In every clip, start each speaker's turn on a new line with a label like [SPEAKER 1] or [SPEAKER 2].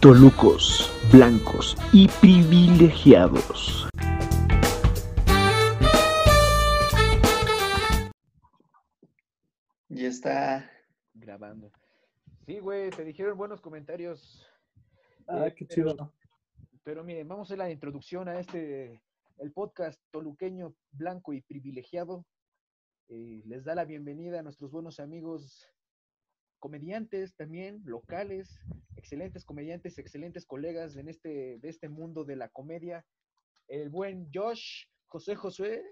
[SPEAKER 1] Tolucos, blancos y privilegiados.
[SPEAKER 2] Ya está.
[SPEAKER 3] Grabando. Sí, güey, te dijeron buenos comentarios.
[SPEAKER 2] Ah,
[SPEAKER 3] Eh,
[SPEAKER 2] qué
[SPEAKER 3] pero-
[SPEAKER 2] chido.
[SPEAKER 3] Pero miren, vamos a la introducción a este, el podcast toluqueño blanco y privilegiado. Eh, les da la bienvenida a nuestros buenos amigos comediantes también, locales, excelentes comediantes, excelentes colegas en este, de este mundo de la comedia. El buen Josh, José Josué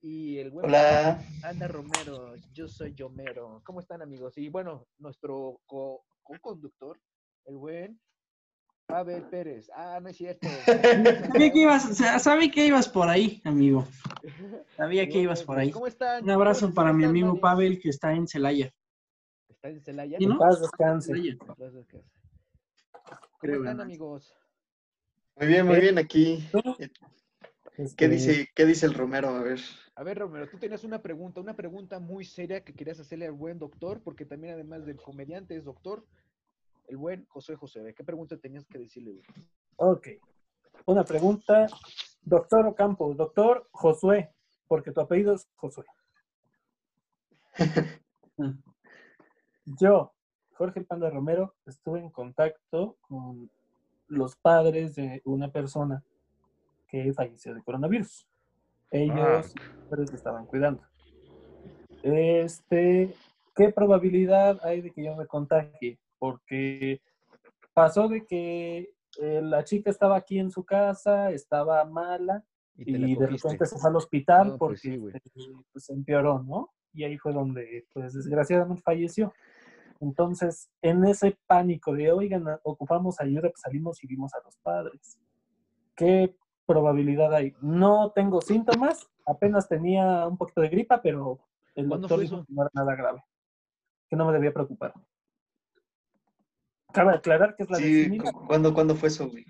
[SPEAKER 3] y el buen
[SPEAKER 2] Hola.
[SPEAKER 3] Ana Romero. Yo soy Yomero. ¿Cómo están amigos? Y bueno, nuestro co- co-conductor, el buen Pavel Pérez. Ah, no es cierto.
[SPEAKER 4] Sabía que ibas, sa- sabía que ibas por ahí, amigo. Sabía que
[SPEAKER 3] Bien,
[SPEAKER 4] ibas por ahí.
[SPEAKER 3] ¿Cómo están?
[SPEAKER 4] Un abrazo
[SPEAKER 3] chicos?
[SPEAKER 4] para
[SPEAKER 3] ¿Cómo
[SPEAKER 4] mi
[SPEAKER 3] están,
[SPEAKER 4] amigo
[SPEAKER 3] Alex?
[SPEAKER 4] Pavel que está en Celaya.
[SPEAKER 3] Está en Celaya.
[SPEAKER 4] ¿Y
[SPEAKER 3] ¿no?
[SPEAKER 4] no?
[SPEAKER 5] Paz, descanse.
[SPEAKER 4] Celaya.
[SPEAKER 3] Gracias, gracias. ¿Cómo
[SPEAKER 4] Creo,
[SPEAKER 3] están,
[SPEAKER 4] ¿no?
[SPEAKER 3] amigos?
[SPEAKER 2] Muy bien,
[SPEAKER 5] Eh,
[SPEAKER 2] muy bien aquí. ¿Qué
[SPEAKER 5] Este,
[SPEAKER 2] dice, qué dice el Romero? A ver.
[SPEAKER 3] A ver, Romero, tú tenías una pregunta, una pregunta muy seria que querías hacerle al buen doctor, porque también además del comediante es doctor, el buen José José. ¿Qué pregunta tenías que decirle? güey?
[SPEAKER 5] Ok. Una pregunta. Doctor Ocampo, doctor Josué, porque tu apellido es Josué. Yo, Jorge El Panda Romero, estuve en contacto con los padres de una persona que falleció de coronavirus. Ellos padres lo estaban cuidando. Este, ¿qué probabilidad hay de que yo me contagie? Porque pasó de que eh, la chica estaba aquí en su casa, estaba mala y,
[SPEAKER 3] te la
[SPEAKER 5] de
[SPEAKER 3] cogiste.
[SPEAKER 5] repente se fue al hospital
[SPEAKER 3] No, pues
[SPEAKER 5] porque
[SPEAKER 3] sí, güey.
[SPEAKER 5] este, pues, empeoró, ¿no? Y ahí fue donde, pues desgraciadamente falleció. Entonces, en ese pánico de, oigan, a- ocupamos ayuda, pues salimos y vimos a los padres. ¿Qué probabilidad hay? No tengo síntomas, apenas tenía un poquito de gripa, pero el
[SPEAKER 3] ¿Cuándo
[SPEAKER 5] doctor
[SPEAKER 3] fue
[SPEAKER 5] dijo
[SPEAKER 3] eso?
[SPEAKER 5] que no era nada grave, que no me debía preocupar. Cabe aclarar que es la de
[SPEAKER 2] Sí,
[SPEAKER 5] Simila,
[SPEAKER 2] cu- ¿cuándo, ¿cuándo fue eso, güey?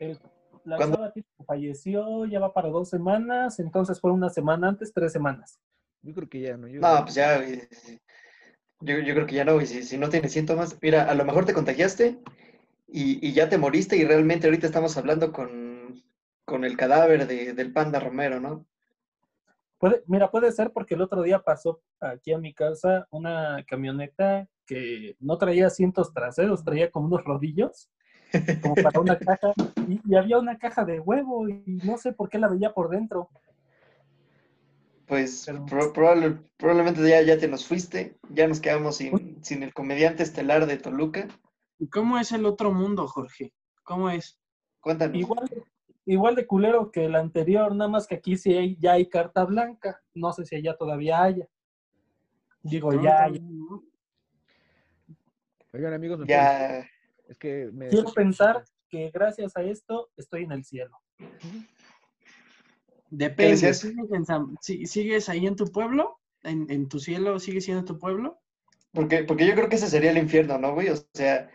[SPEAKER 5] el- la
[SPEAKER 2] ¿Cuándo?
[SPEAKER 5] chava que falleció, ya va para dos semanas, entonces fue una semana antes, tres semanas.
[SPEAKER 3] Yo creo que ya no. Yo,
[SPEAKER 2] No, pues ya, güey. Yo, yo creo que ya no, güey. Si, si no tienes síntomas, mira, a lo mejor te contagiaste y, y ya te moriste y realmente ahorita estamos hablando con, con el cadáver de- del Panda Romero, ¿no?
[SPEAKER 5] Puede, mira, puede ser porque el otro día pasó aquí a mi casa una camioneta que no traía asientos traseros, traía como unos rodillos, como para una caja, y, y había una caja de huevo y no sé por qué la veía por dentro.
[SPEAKER 2] Pues
[SPEAKER 5] Pero-
[SPEAKER 2] pro- probable- probablemente ya, ya te nos fuiste, ya nos quedamos sin, sin el comediante estelar de Toluca.
[SPEAKER 4] ¿Y ¿Cómo es el otro mundo, Jorge? ¿Cómo es?
[SPEAKER 2] Cuéntanos.
[SPEAKER 5] Igual, igual de culero que el anterior, nada más que aquí sí hay, ya hay carta blanca, no sé si allá todavía haya. Digo,
[SPEAKER 4] No,
[SPEAKER 5] Pues ya,
[SPEAKER 4] no,
[SPEAKER 5] ya.
[SPEAKER 4] no.
[SPEAKER 3] Oigan, amigos, ¿me pueden-
[SPEAKER 2] ya,
[SPEAKER 3] es que me
[SPEAKER 5] Quiero pensar que gracias a esto estoy en el cielo.
[SPEAKER 4] Depende.
[SPEAKER 2] decías?
[SPEAKER 4] ¿Sigues, en San- si- sigues ahí en tu pueblo? ¿En, en tu cielo sigue siendo tu pueblo?
[SPEAKER 2] Porque, porque yo creo que ese sería el infierno, ¿no, güey? O sea,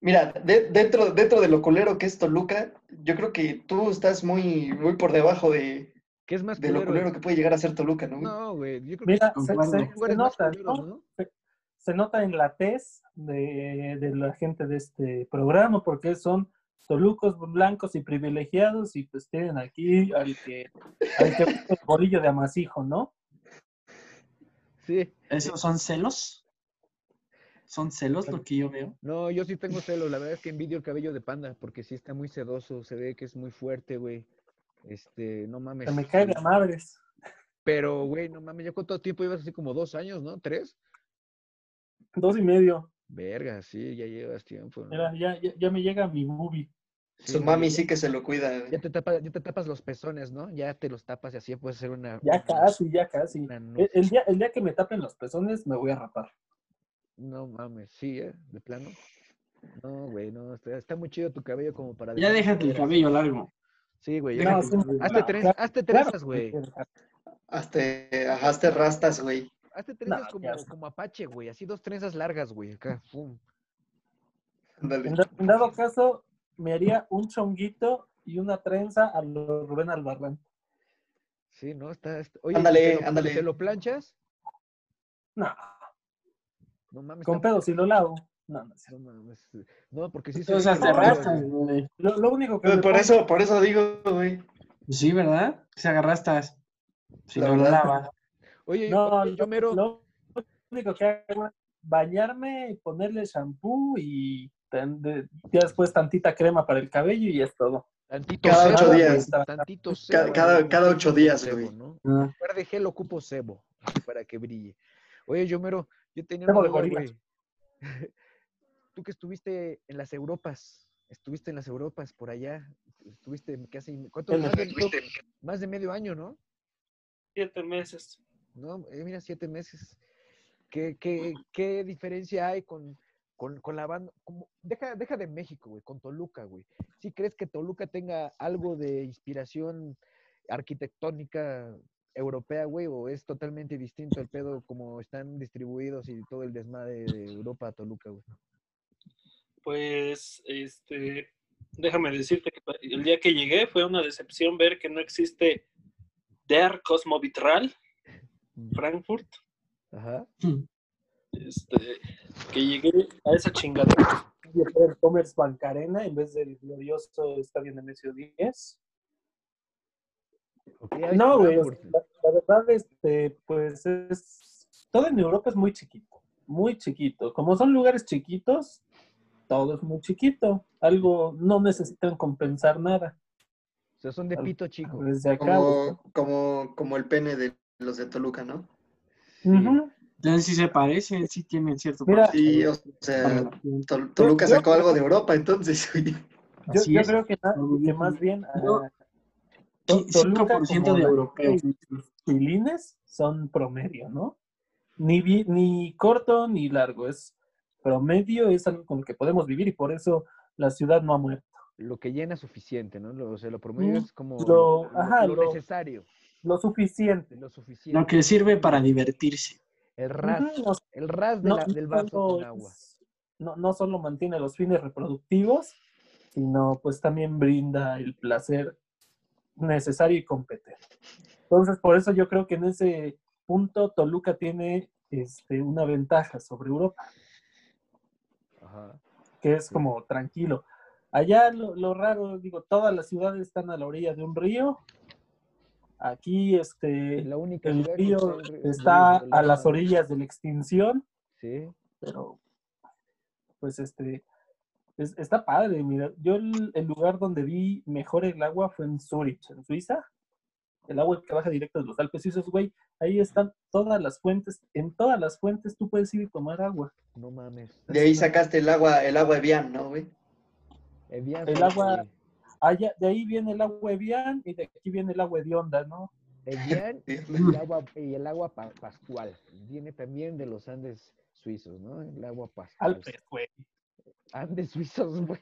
[SPEAKER 2] mira, de- dentro, dentro de lo culero que es Toluca, yo creo que tú estás muy, muy por debajo de,
[SPEAKER 3] ¿Qué es más
[SPEAKER 2] de lo
[SPEAKER 3] culero? eh?
[SPEAKER 2] culero que puede llegar a ser Toluca, ¿no? güey?
[SPEAKER 3] No, güey, yo creo
[SPEAKER 5] Mira,
[SPEAKER 3] que
[SPEAKER 5] se,
[SPEAKER 4] Concuerdo.
[SPEAKER 5] se-
[SPEAKER 3] hay
[SPEAKER 5] se
[SPEAKER 3] lugares más
[SPEAKER 5] nota,
[SPEAKER 3] culeros,
[SPEAKER 5] ¿no?
[SPEAKER 3] ¿no?
[SPEAKER 5] se nota en la tez de, de la gente de este programa, porque son tolucos blancos y privilegiados, y pues tienen aquí al que, al que usa el bolillo de amasijo, ¿no?
[SPEAKER 3] Sí.
[SPEAKER 4] ¿Esos son celos? ¿Son celos lo que yo veo?
[SPEAKER 3] No, yo sí tengo celos. La verdad es que envidio el cabello de panda porque sí está muy sedoso. Se ve que es muy fuerte, güey. Este, no mames.
[SPEAKER 5] Se me cae de a madres.
[SPEAKER 3] Pero, güey, no mames. ¿Yo cuánto tiempo llevas así como dos años, no? ¿Tres?
[SPEAKER 5] Dos y medio.
[SPEAKER 3] Verga, sí, ya llevas tiempo. ¿no?
[SPEAKER 5] Mira, ya, ya, ya me llega mi boobie.
[SPEAKER 3] Sí,
[SPEAKER 2] Su
[SPEAKER 3] no,
[SPEAKER 2] mami
[SPEAKER 3] ya-
[SPEAKER 2] sí que se lo cuida, güey.
[SPEAKER 3] Ya te, tapas, ya te tapas los pezones, ¿no? Ya te los tapas y así puedes hacer una.
[SPEAKER 5] Ya
[SPEAKER 3] una-
[SPEAKER 5] casi, ya casi. E,
[SPEAKER 3] una nu-
[SPEAKER 5] El, el día, el día que me tapen los pezones, me voy a rapar.
[SPEAKER 3] No mames, sí, ¿eh? De plano. No, güey, no. Está, está muy chido tu cabello como para.
[SPEAKER 4] Ya déjate el cabello largo.
[SPEAKER 3] Sí, güey.
[SPEAKER 5] No,
[SPEAKER 3] déjate-
[SPEAKER 5] sí, no,
[SPEAKER 3] hazte,
[SPEAKER 5] no,
[SPEAKER 3] tres,
[SPEAKER 5] claro,
[SPEAKER 3] hazte
[SPEAKER 5] claro
[SPEAKER 3] trenzas, güey.
[SPEAKER 2] Hasta, ajá, hasta rastas, güey.
[SPEAKER 3] Hazte trenzas
[SPEAKER 5] ya
[SPEAKER 3] como,
[SPEAKER 5] está.
[SPEAKER 3] como Apache, güey. Así dos trenzas largas, güey. Acá, pum.
[SPEAKER 2] Ándale.
[SPEAKER 5] En, da- en dado caso, me haría un chonguito y una trenza a lo Rubén Albarrán.
[SPEAKER 3] Sí, ¿no? Está. está- Oye, ¿y
[SPEAKER 2] Ándale,
[SPEAKER 3] te lo,
[SPEAKER 2] ándale.
[SPEAKER 3] ¿Te lo planchas?
[SPEAKER 5] No,
[SPEAKER 3] No mames.
[SPEAKER 5] con
[SPEAKER 3] está-
[SPEAKER 5] pedo si lo lavo. No, no es cierto.
[SPEAKER 3] No, mames. no porque sí se
[SPEAKER 4] O
[SPEAKER 3] ve
[SPEAKER 4] sea,
[SPEAKER 3] que
[SPEAKER 4] se
[SPEAKER 3] lo-
[SPEAKER 4] arrastran, güey.
[SPEAKER 5] Lo, lo único que.
[SPEAKER 2] Pero
[SPEAKER 5] me
[SPEAKER 2] Por
[SPEAKER 5] pone-
[SPEAKER 2] eso, por eso digo, güey.
[SPEAKER 4] Pues Sí, ¿verdad? Se agarrastas. Si
[SPEAKER 2] La
[SPEAKER 4] no, lo
[SPEAKER 2] verdad.
[SPEAKER 4] lavas.
[SPEAKER 3] Oye,
[SPEAKER 5] No,
[SPEAKER 3] oye, yo mero,
[SPEAKER 5] Lo único que hago es bañarme, ponerle shampoo y tan- de- ya después tantita crema para el cabello y ya es todo.
[SPEAKER 3] tantito
[SPEAKER 2] cada
[SPEAKER 3] cebo,
[SPEAKER 2] ocho
[SPEAKER 3] güey,
[SPEAKER 2] días.
[SPEAKER 3] Tantito
[SPEAKER 2] Ca-
[SPEAKER 3] cebo,
[SPEAKER 2] cada-
[SPEAKER 3] güey,
[SPEAKER 2] cada
[SPEAKER 3] tantito
[SPEAKER 2] ocho días,
[SPEAKER 3] cebo,
[SPEAKER 2] güey.
[SPEAKER 3] ¿no?
[SPEAKER 4] Ah.
[SPEAKER 3] lugar de gel ocupo cebo para que brille. Oye, Yomero, yo tenía
[SPEAKER 5] Cebo
[SPEAKER 3] una
[SPEAKER 5] de
[SPEAKER 3] duda,
[SPEAKER 5] gorila.
[SPEAKER 3] güey. Tú que estuviste en las Europas, estuviste en las Europas por allá, estuviste casi, ¿cuánto?
[SPEAKER 2] En
[SPEAKER 3] Más
[SPEAKER 2] las-
[SPEAKER 3] de, más de medio año, ¿no?
[SPEAKER 5] Siete meses.
[SPEAKER 3] No, eh, mira, siete meses. ¿Qué, qué, qué diferencia hay con, con, con la banda? como- deja, deja de México, güey, con Toluca, güey. ¿Sí crees que Toluca tenga algo de inspiración arquitectónica europea, güey? ¿O es totalmente distinto el pedo como están distribuidos y todo el desmadre de Europa a Toluca, güey?
[SPEAKER 6] Pues, este, déjame decirte que el día que llegué fue una decepción ver que no existe Der Cosmovitral Frankfurt.
[SPEAKER 3] Ajá.
[SPEAKER 6] Este, que llegué a esa chingada.
[SPEAKER 5] Y el Commerce Bancarena en vez del glorioso Estadio Nemesio 10.
[SPEAKER 3] Ok, ahí está
[SPEAKER 5] No, güey. o sea,
[SPEAKER 3] Frankfurt.
[SPEAKER 5] La, la verdad, este, pues es. Todo en Europa es muy chiquito. Muy chiquito. Como son lugares chiquitos, todo es muy chiquito. Algo, no necesitan compensar nada.
[SPEAKER 3] O sea, son de pito
[SPEAKER 4] Ah,
[SPEAKER 3] chico.
[SPEAKER 5] Desde acá.
[SPEAKER 2] Como, como, como el pene de los de Toluca, ¿no?
[SPEAKER 5] Ujú.
[SPEAKER 4] Entonces sí se parecen, sí tienen cierto
[SPEAKER 5] Mira,
[SPEAKER 3] Ah,
[SPEAKER 2] Sí, o sea,
[SPEAKER 4] parecido.
[SPEAKER 2] Tol- Toluca sacó algo de Europa, entonces, güey.
[SPEAKER 5] Yo,
[SPEAKER 4] Así
[SPEAKER 5] yo
[SPEAKER 4] es.
[SPEAKER 5] creo que, na-
[SPEAKER 4] Muy
[SPEAKER 5] que
[SPEAKER 4] bien.
[SPEAKER 5] más bien ah,
[SPEAKER 4] Yo-
[SPEAKER 5] To- Toluca
[SPEAKER 4] 5%
[SPEAKER 5] como
[SPEAKER 4] de
[SPEAKER 5] la-
[SPEAKER 4] europeos.
[SPEAKER 5] chilines son promedio, ¿no? Ni, vi- ni corto ni largo, es promedio, es algo con lo que podemos vivir y por eso la ciudad no ha muerto.
[SPEAKER 3] Lo que llena es suficiente, ¿no? Lo, o sea, lo promedio
[SPEAKER 5] Mm,
[SPEAKER 3] es como
[SPEAKER 5] lo-
[SPEAKER 3] lo-
[SPEAKER 5] ajá,
[SPEAKER 3] lo
[SPEAKER 5] lo-
[SPEAKER 3] necesario,
[SPEAKER 5] Lo suficiente.
[SPEAKER 3] lo suficiente.
[SPEAKER 4] Lo que sirve para divertirse.
[SPEAKER 3] El ras,
[SPEAKER 5] Ujú, o sea,
[SPEAKER 3] el ras de
[SPEAKER 5] no- este,
[SPEAKER 3] la- del
[SPEAKER 5] no
[SPEAKER 3] vaso con
[SPEAKER 5] solo
[SPEAKER 3] agua.
[SPEAKER 5] es- no- no solo mantiene los fines reproductivos, sino pues también brinda el placer necesario y competente. Entonces, por eso yo creo que en ese punto Toluca tiene este, una ventaja sobre Europa.
[SPEAKER 3] Ajá.
[SPEAKER 5] que es
[SPEAKER 3] Sí.
[SPEAKER 5] como tranquilo. Allá lo, lo raro, digo, todas las ciudades están a la orilla de un río. Aquí este,
[SPEAKER 3] La única
[SPEAKER 5] el
[SPEAKER 3] ciudad que
[SPEAKER 5] río
[SPEAKER 3] está en-
[SPEAKER 5] está
[SPEAKER 3] en-
[SPEAKER 5] a las orillas de la extinción,
[SPEAKER 3] Sí.
[SPEAKER 5] pero pues este es- está padre. Mira, yo el, el lugar donde vi mejor el agua fue en Zurich, en Suiza. El agua que baja directo de los Alpes suizos, güey. Ahí están todas las fuentes. En todas las fuentes tú puedes ir y tomar agua.
[SPEAKER 3] No mames.
[SPEAKER 2] De ahí sacaste el agua, el agua Evian, ¿no, güey?
[SPEAKER 3] Evian,
[SPEAKER 5] El
[SPEAKER 3] sí,
[SPEAKER 5] agua- Allá, de ahí viene el agua Evian y de aquí viene el agua hedionda, ¿no?
[SPEAKER 3] Evian y el agua, y el agua pa- pascual. Viene también de los Andes suizos, ¿no? El agua pascual.
[SPEAKER 5] Alpes, güey.
[SPEAKER 3] Andes suizos, güey.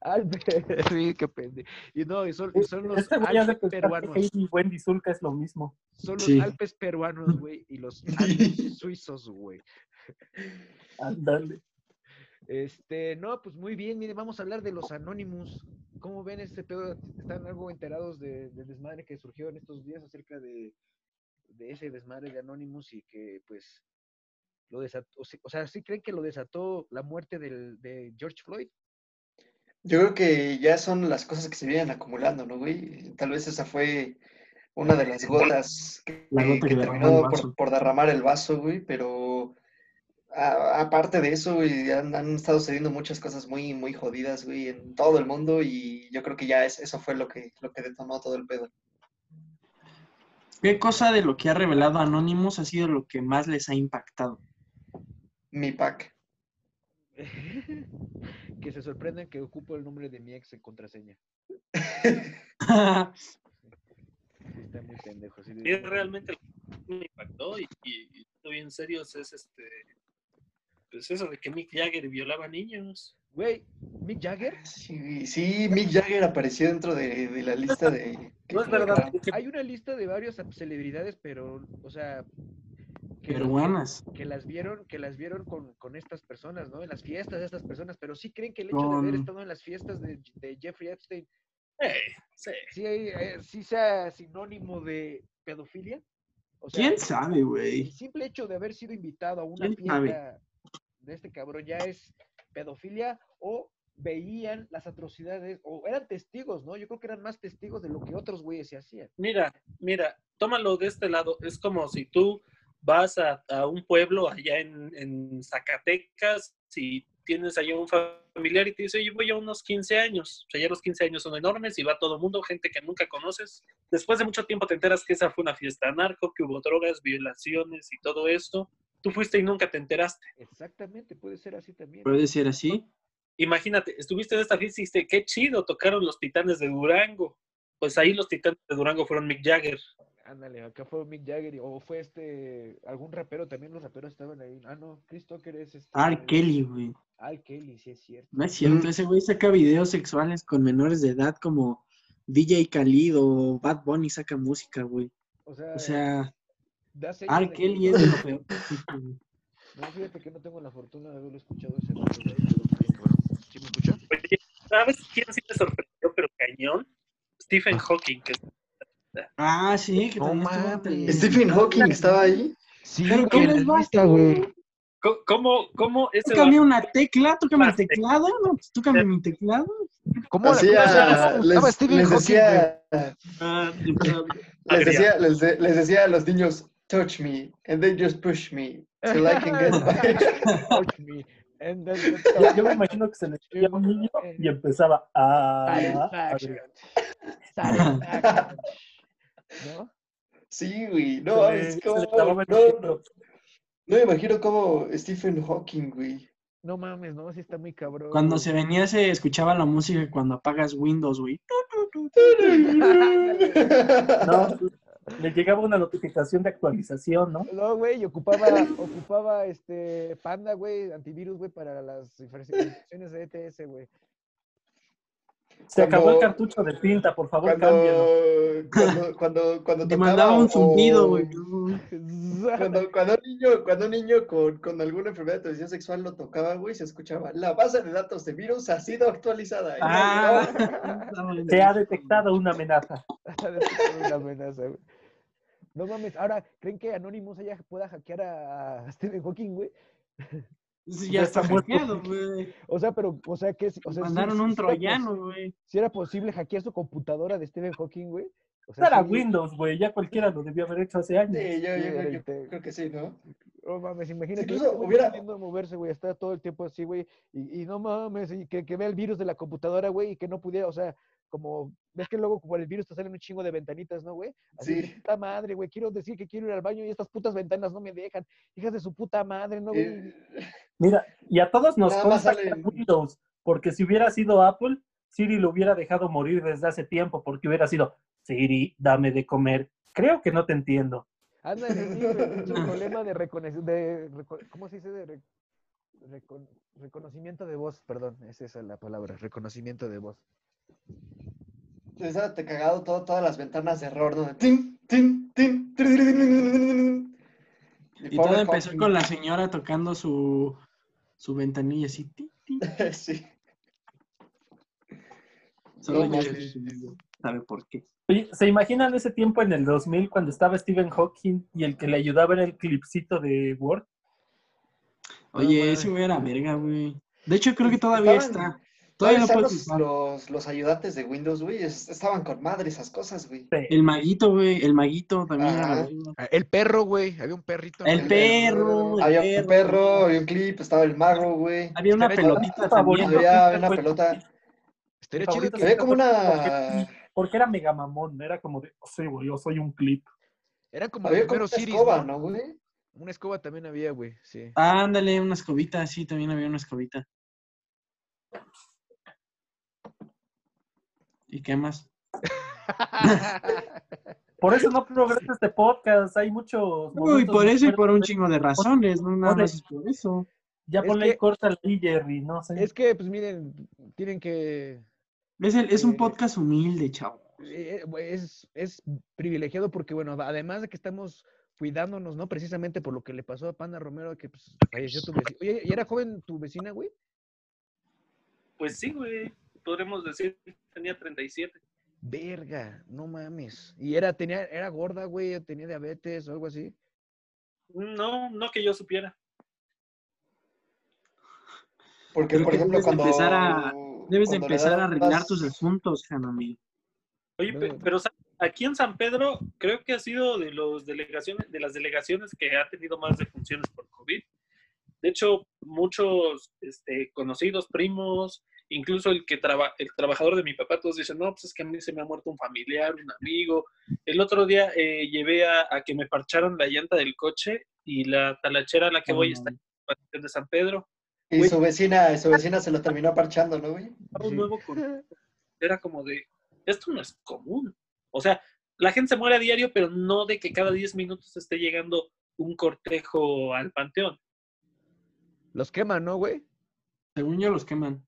[SPEAKER 3] Alpes. Sí, qué pendejo. Y no, y son, y son los
[SPEAKER 5] Este güey ya de
[SPEAKER 3] Alpes
[SPEAKER 5] pensar que
[SPEAKER 3] peruanos.
[SPEAKER 5] Heidi y Wendy Zulka es lo mismo.
[SPEAKER 3] Son los
[SPEAKER 4] Sí.
[SPEAKER 3] Alpes peruanos, güey. Y los Alpes suizos, güey.
[SPEAKER 5] Ándale.
[SPEAKER 3] Este, no, pues muy bien, mire, vamos a hablar de los Anonymous. ¿Cómo ven este pedo? ¿Están algo enterados de- del desmadre que surgió en estos días acerca de, de ese desmadre de Anonymous y que, pues, lo desató? O se- o sea, ¿sí creen que lo desató la muerte del, de George Floyd?
[SPEAKER 2] Yo creo que ya son las cosas que se vienen acumulando, ¿no, güey? Eh, Tal vez esa fue una de las gotas que,
[SPEAKER 4] La gota
[SPEAKER 2] que
[SPEAKER 4] que derramó el
[SPEAKER 2] terminó
[SPEAKER 4] vaso.
[SPEAKER 2] por, por derramar el vaso, güey, pero a- aparte de eso, güey, han, han estado sucediendo muchas cosas muy, muy jodidas, güey, en todo el mundo y yo creo que ya es- eso fue lo que, lo que detonó todo el pedo.
[SPEAKER 4] ¿Qué cosa de lo que ha revelado Anonymous ha sido lo que más les ha impactado?
[SPEAKER 2] Mi pack.
[SPEAKER 3] que se sorprendan que ocupo el nombre de mi ex en contraseña. Sí, Está muy pendejo. así de-
[SPEAKER 6] Y realmente lo que me impactó y, y, y estoy en serio, es este, pues eso de que Mick Jagger violaba niños.
[SPEAKER 3] Güey, Mick Jagger.
[SPEAKER 2] Sí, güey, sí, Mick Jagger apareció dentro de, de la lista de...
[SPEAKER 5] No es verdad. que-
[SPEAKER 3] Hay una lista de varias celebridades, pero, o sea... que-
[SPEAKER 4] Peruanas.
[SPEAKER 3] que las vieron, que las vieron con, con estas personas, ¿no? En las fiestas de estas personas, pero sí creen que el hecho de haber
[SPEAKER 4] Con-
[SPEAKER 3] estado en las fiestas de, de Jeffrey Epstein
[SPEAKER 6] Eh, sí.
[SPEAKER 3] sí, eh, sí sea sinónimo de pedofilia. O sea,
[SPEAKER 4] ¿Quién sabe,
[SPEAKER 3] El
[SPEAKER 4] güey?
[SPEAKER 3] simple hecho de haber sido invitado a una
[SPEAKER 4] ¿Quién sabe?
[SPEAKER 3] fiesta de este cabrón ya es pedofilia o veían las atrocidades o eran testigos, ¿no? Yo creo que eran más testigos de lo que otros güeyes se hacían.
[SPEAKER 6] Mira, mira, tómalo de este lado. Es como si tú vas a, a un pueblo allá en, en Zacatecas y tienes allá un familiar y te dice, oye, voy a unos 15 años. O sea, ya los 15 años son enormes y va todo el mundo, gente que nunca conoces. Después de mucho tiempo te enteras que esa fue una fiesta narco, que hubo drogas, violaciones y todo esto. Tú fuiste y nunca te enteraste.
[SPEAKER 3] Exactamente, puede ser así también.
[SPEAKER 4] ¿Puede ser así?
[SPEAKER 6] Imagínate, estuviste en esta fiesta y dijiste, qué chido, tocaron los titanes de Durango. Pues ahí los titanes de Durango fueron Mick Jagger.
[SPEAKER 3] Ándale, acá fue Mick Jagger y- o fue este, algún rapero, también los raperos estaban ahí. Ah, no, Chris Tucker es este.
[SPEAKER 4] R. Kelly, güey.
[SPEAKER 3] Al Kelly, sí es cierto.
[SPEAKER 4] No es
[SPEAKER 5] Mm.
[SPEAKER 4] cierto, ese güey saca videos sexuales con menores de edad como DJ Khalid o Bad Bunny saca música, güey.
[SPEAKER 3] O sea,
[SPEAKER 4] O sea,
[SPEAKER 3] da señas
[SPEAKER 4] R.
[SPEAKER 3] de que-
[SPEAKER 4] Kelly es de lo peor. que existe, güey.
[SPEAKER 3] No, fíjate que no tengo la fortuna de haberlo escuchado ese rato, güey, pero está bien, cabrón. ¿Sí me escucha?
[SPEAKER 6] Oye, ¿Sabes quién sí me sorprendió, pero cañón? Stephen Hawking, que
[SPEAKER 4] Ah, sí, que
[SPEAKER 3] No
[SPEAKER 4] también estuvo
[SPEAKER 3] mames.
[SPEAKER 4] entre-
[SPEAKER 2] Stephen Hawking estaba ahí.
[SPEAKER 3] Sí,
[SPEAKER 4] Pero
[SPEAKER 3] güey,
[SPEAKER 4] ¿cómo
[SPEAKER 3] la
[SPEAKER 4] les va?
[SPEAKER 3] lista, güey.
[SPEAKER 6] Co- ¿Cómo, cómo ese
[SPEAKER 4] Tú cambia una tecla, tú cambia el
[SPEAKER 6] Más
[SPEAKER 4] teclado, no, pues tú cambia mi teclado.
[SPEAKER 3] ¿Cómo la- cómo se llama?
[SPEAKER 2] Hacía,
[SPEAKER 3] ¿Cómo se llama
[SPEAKER 2] les,
[SPEAKER 3] Stephen
[SPEAKER 2] les
[SPEAKER 3] Hawking, güey?
[SPEAKER 2] decía,
[SPEAKER 4] Ah,
[SPEAKER 2] les,
[SPEAKER 6] Adrián.
[SPEAKER 2] decía, les, de- les decía a los niños, touch me, and then just push me, till I can get by.
[SPEAKER 3] Touch me, and then you
[SPEAKER 5] Yo, yo me
[SPEAKER 3] touch
[SPEAKER 5] imagino que se le escribía un niño y empezaba a...
[SPEAKER 3] Satisfaction. Satisfaction. ¿No?
[SPEAKER 2] sí, güey, no, es como, no, no, me imagino cómo Stephen Hawking, güey.
[SPEAKER 3] No mames, no, sí está muy cabrón.
[SPEAKER 4] Cuando
[SPEAKER 3] güey.
[SPEAKER 4] se venía se escuchaba la música cuando apagas Windows, güey.
[SPEAKER 5] No, le llegaba una notificación de actualización, ¿no?
[SPEAKER 3] No, güey, y ocupaba, ocupaba este panda, güey, antivirus, güey, para las infracciones de ETS, güey.
[SPEAKER 5] Se acabó el
[SPEAKER 2] Cuando-
[SPEAKER 5] cartucho de tinta, por favor, cámbialo.
[SPEAKER 2] cuando, cuando, cuando, cuando
[SPEAKER 4] Te
[SPEAKER 2] tocaba
[SPEAKER 4] mandaba un
[SPEAKER 2] o-
[SPEAKER 4] zumbido, güey.
[SPEAKER 2] Cuando, cuando un niño, cuando un niño con, con alguna enfermedad de transmisión sexual lo tocaba, güey, se escuchaba, la base de datos de virus ha sido actualizada. Y
[SPEAKER 4] Ah.
[SPEAKER 2] no, no.
[SPEAKER 5] Se ha detectado una amenaza.
[SPEAKER 3] Una amenaza, güey. No mames, ahora, ¿creen que Anonymous allá pueda hackear a a Stephen Hawking, güey?
[SPEAKER 4] Sí, Ya está hackeado, güey.
[SPEAKER 3] O sea, pero, o sea, que... si- O sea, sí-
[SPEAKER 4] Mandaron
[SPEAKER 3] sí-
[SPEAKER 4] un
[SPEAKER 3] sí era pos-
[SPEAKER 4] troyano, güey.
[SPEAKER 3] Si era posible hackear su computadora de Stephen Hawking, güey. O
[SPEAKER 5] No era
[SPEAKER 3] sí,
[SPEAKER 5] Windows, güey. Ya cualquiera lo debió haber hecho hace años.
[SPEAKER 2] Sí, yo,
[SPEAKER 3] Sí,
[SPEAKER 2] yo creo,
[SPEAKER 3] era
[SPEAKER 2] yo
[SPEAKER 3] el te-
[SPEAKER 2] creo que sí, ¿no?
[SPEAKER 3] No mames, imagínate.
[SPEAKER 2] incluso
[SPEAKER 3] ese güey
[SPEAKER 2] hubiera-
[SPEAKER 3] aprendiendo a moverse, güey, está todo el tiempo así, güey, y, y no mames, y que, que vea el virus de la computadora, güey, y que no pudiera, o sea, como, ves que luego por el virus te salen un chingo de ventanitas, ¿no, güey? Así de
[SPEAKER 2] Sí.
[SPEAKER 3] puta madre, güey, quiero decir que quiero ir al baño y estas putas ventanas no me dejan, hijas de su puta madre, ¿no, güey?
[SPEAKER 2] Eh,
[SPEAKER 5] Mira, y a todos nos
[SPEAKER 2] Nada más
[SPEAKER 5] consta que
[SPEAKER 2] sale-
[SPEAKER 5] era Windows, porque si hubiera sido Apple, Siri lo hubiera dejado morir desde hace tiempo, porque hubiera sido Siri, dame de comer. Creo que no te entiendo.
[SPEAKER 3] Anda en el problema de reconoc- de reco- ¿cómo se dice? De re- recon- reconocimiento de voz, perdón, es esa la palabra, reconocimiento de voz.
[SPEAKER 2] les ha cagado todo, todas las ventanas de error, ¿no? Tin, tin, tin, tri, tri, tri, tri, tri, tri, tri.
[SPEAKER 4] Y
[SPEAKER 2] pobre
[SPEAKER 4] todo empezó
[SPEAKER 2] Hawking.
[SPEAKER 4] con la señora tocando su, su ventanilla así. ti, ti.
[SPEAKER 2] sí.
[SPEAKER 4] Solo
[SPEAKER 2] No
[SPEAKER 4] ya
[SPEAKER 2] mames.
[SPEAKER 4] sabe por qué.
[SPEAKER 5] Oye, ¿se imaginan ese tiempo en el 2000 cuando estaba Stephen Hawking y el que le ayudaba era el clipcito de Word?
[SPEAKER 4] Oye,
[SPEAKER 2] mames.
[SPEAKER 4] ese güey era verga, güey. De hecho, creo que todavía
[SPEAKER 2] Pues, Estaban-
[SPEAKER 4] está. Todavía lo
[SPEAKER 2] están
[SPEAKER 4] puedes
[SPEAKER 2] los,
[SPEAKER 4] usar.
[SPEAKER 2] los, los ayudantes de Windows, güey, es- estaban con madre esas cosas, güey.
[SPEAKER 4] El maguito, güey. El maguito también era
[SPEAKER 2] Ajá.
[SPEAKER 4] la verga.
[SPEAKER 3] Ah, El perro, güey, había un perrito.
[SPEAKER 4] El
[SPEAKER 3] ¿no?
[SPEAKER 4] perro, el
[SPEAKER 2] Había
[SPEAKER 4] perro.
[SPEAKER 2] un perro, había un clip, estaba el mago, güey.
[SPEAKER 4] Había una
[SPEAKER 3] Estaba-
[SPEAKER 4] pelotita
[SPEAKER 5] favorito.
[SPEAKER 4] también.
[SPEAKER 2] Había una pelota.
[SPEAKER 3] Estaría
[SPEAKER 5] Mi
[SPEAKER 3] chido
[SPEAKER 5] favorito
[SPEAKER 2] Se
[SPEAKER 3] que-
[SPEAKER 2] ve como
[SPEAKER 5] Porque-
[SPEAKER 2] una.
[SPEAKER 5] Porque era mega mamón, era como de, sí, güey, yo soy un clip.
[SPEAKER 3] Eran como
[SPEAKER 2] Había como
[SPEAKER 3] primero
[SPEAKER 2] una
[SPEAKER 3] Siris,
[SPEAKER 2] escoba,
[SPEAKER 3] ¿no?
[SPEAKER 2] ¿no, güey?
[SPEAKER 3] Una escoba también había, güey, sí.
[SPEAKER 4] Ándale, una escobita, sí, también había una escobita. ¿Y qué más?
[SPEAKER 5] Por eso no progresa este podcast, hay
[SPEAKER 4] Uy,
[SPEAKER 5] muchos. momentos
[SPEAKER 4] por
[SPEAKER 5] muy
[SPEAKER 4] eso y por un
[SPEAKER 5] fuertes.
[SPEAKER 4] chingo de razones, no nada
[SPEAKER 5] Oye.
[SPEAKER 4] más es por eso.
[SPEAKER 5] Ya
[SPEAKER 3] Es
[SPEAKER 5] ponle
[SPEAKER 3] que-
[SPEAKER 5] corta al Jerry, no sé.
[SPEAKER 3] es que, pues miren, tienen que...
[SPEAKER 4] Es, el- es un
[SPEAKER 3] Eh.
[SPEAKER 4] podcast humilde, chavo.
[SPEAKER 3] eh, güey, Es, es privilegiado porque, bueno, además de que estamos cuidándonos, ¿no? Precisamente por lo que le pasó a Panda Romero, que pues, falleció tu vecina. Oye, ¿y era joven tu vecina, güey?
[SPEAKER 6] Pues sí, güey. Podremos decir que tenía 37.
[SPEAKER 3] Verga, no mames. Y era, tenía, era gorda, güey, o tenía diabetes o algo así.
[SPEAKER 6] No, no que yo supiera.
[SPEAKER 2] Porque,
[SPEAKER 4] Creo
[SPEAKER 2] por
[SPEAKER 4] que
[SPEAKER 2] ejemplo,
[SPEAKER 4] debes
[SPEAKER 2] cuando.
[SPEAKER 4] empezar a- Debes
[SPEAKER 2] cuando
[SPEAKER 4] de
[SPEAKER 2] le
[SPEAKER 4] empezar a
[SPEAKER 2] dabas-
[SPEAKER 4] arreglar tus asuntos, Hanami.
[SPEAKER 6] Oye, pe-
[SPEAKER 3] Luego-
[SPEAKER 6] pero ¿sabes? aquí en San Pedro creo que ha sido de los delegaciones, de las delegaciones que ha tenido más defunciones por COVID. De hecho, muchos este, conocidos, primos, incluso el que traba- el trabajador de mi papá, todos dicen, no, pues es que a mí se me ha muerto un familiar, un amigo. El otro día eh, llevé a, a que me parcharon la llanta del coche y la talachera a la que voy
[SPEAKER 5] No.
[SPEAKER 6] está en la estación de San Pedro.
[SPEAKER 2] Y su vecina, su vecina se lo terminó parchando, ¿no, güey?
[SPEAKER 6] Era un nuevo con- era como de, esto no es común. O sea, la gente se muere a diario, pero no de que cada 10 minutos esté llegando un cortejo al panteón.
[SPEAKER 3] Los queman, ¿no, güey?
[SPEAKER 4] Según yo los queman.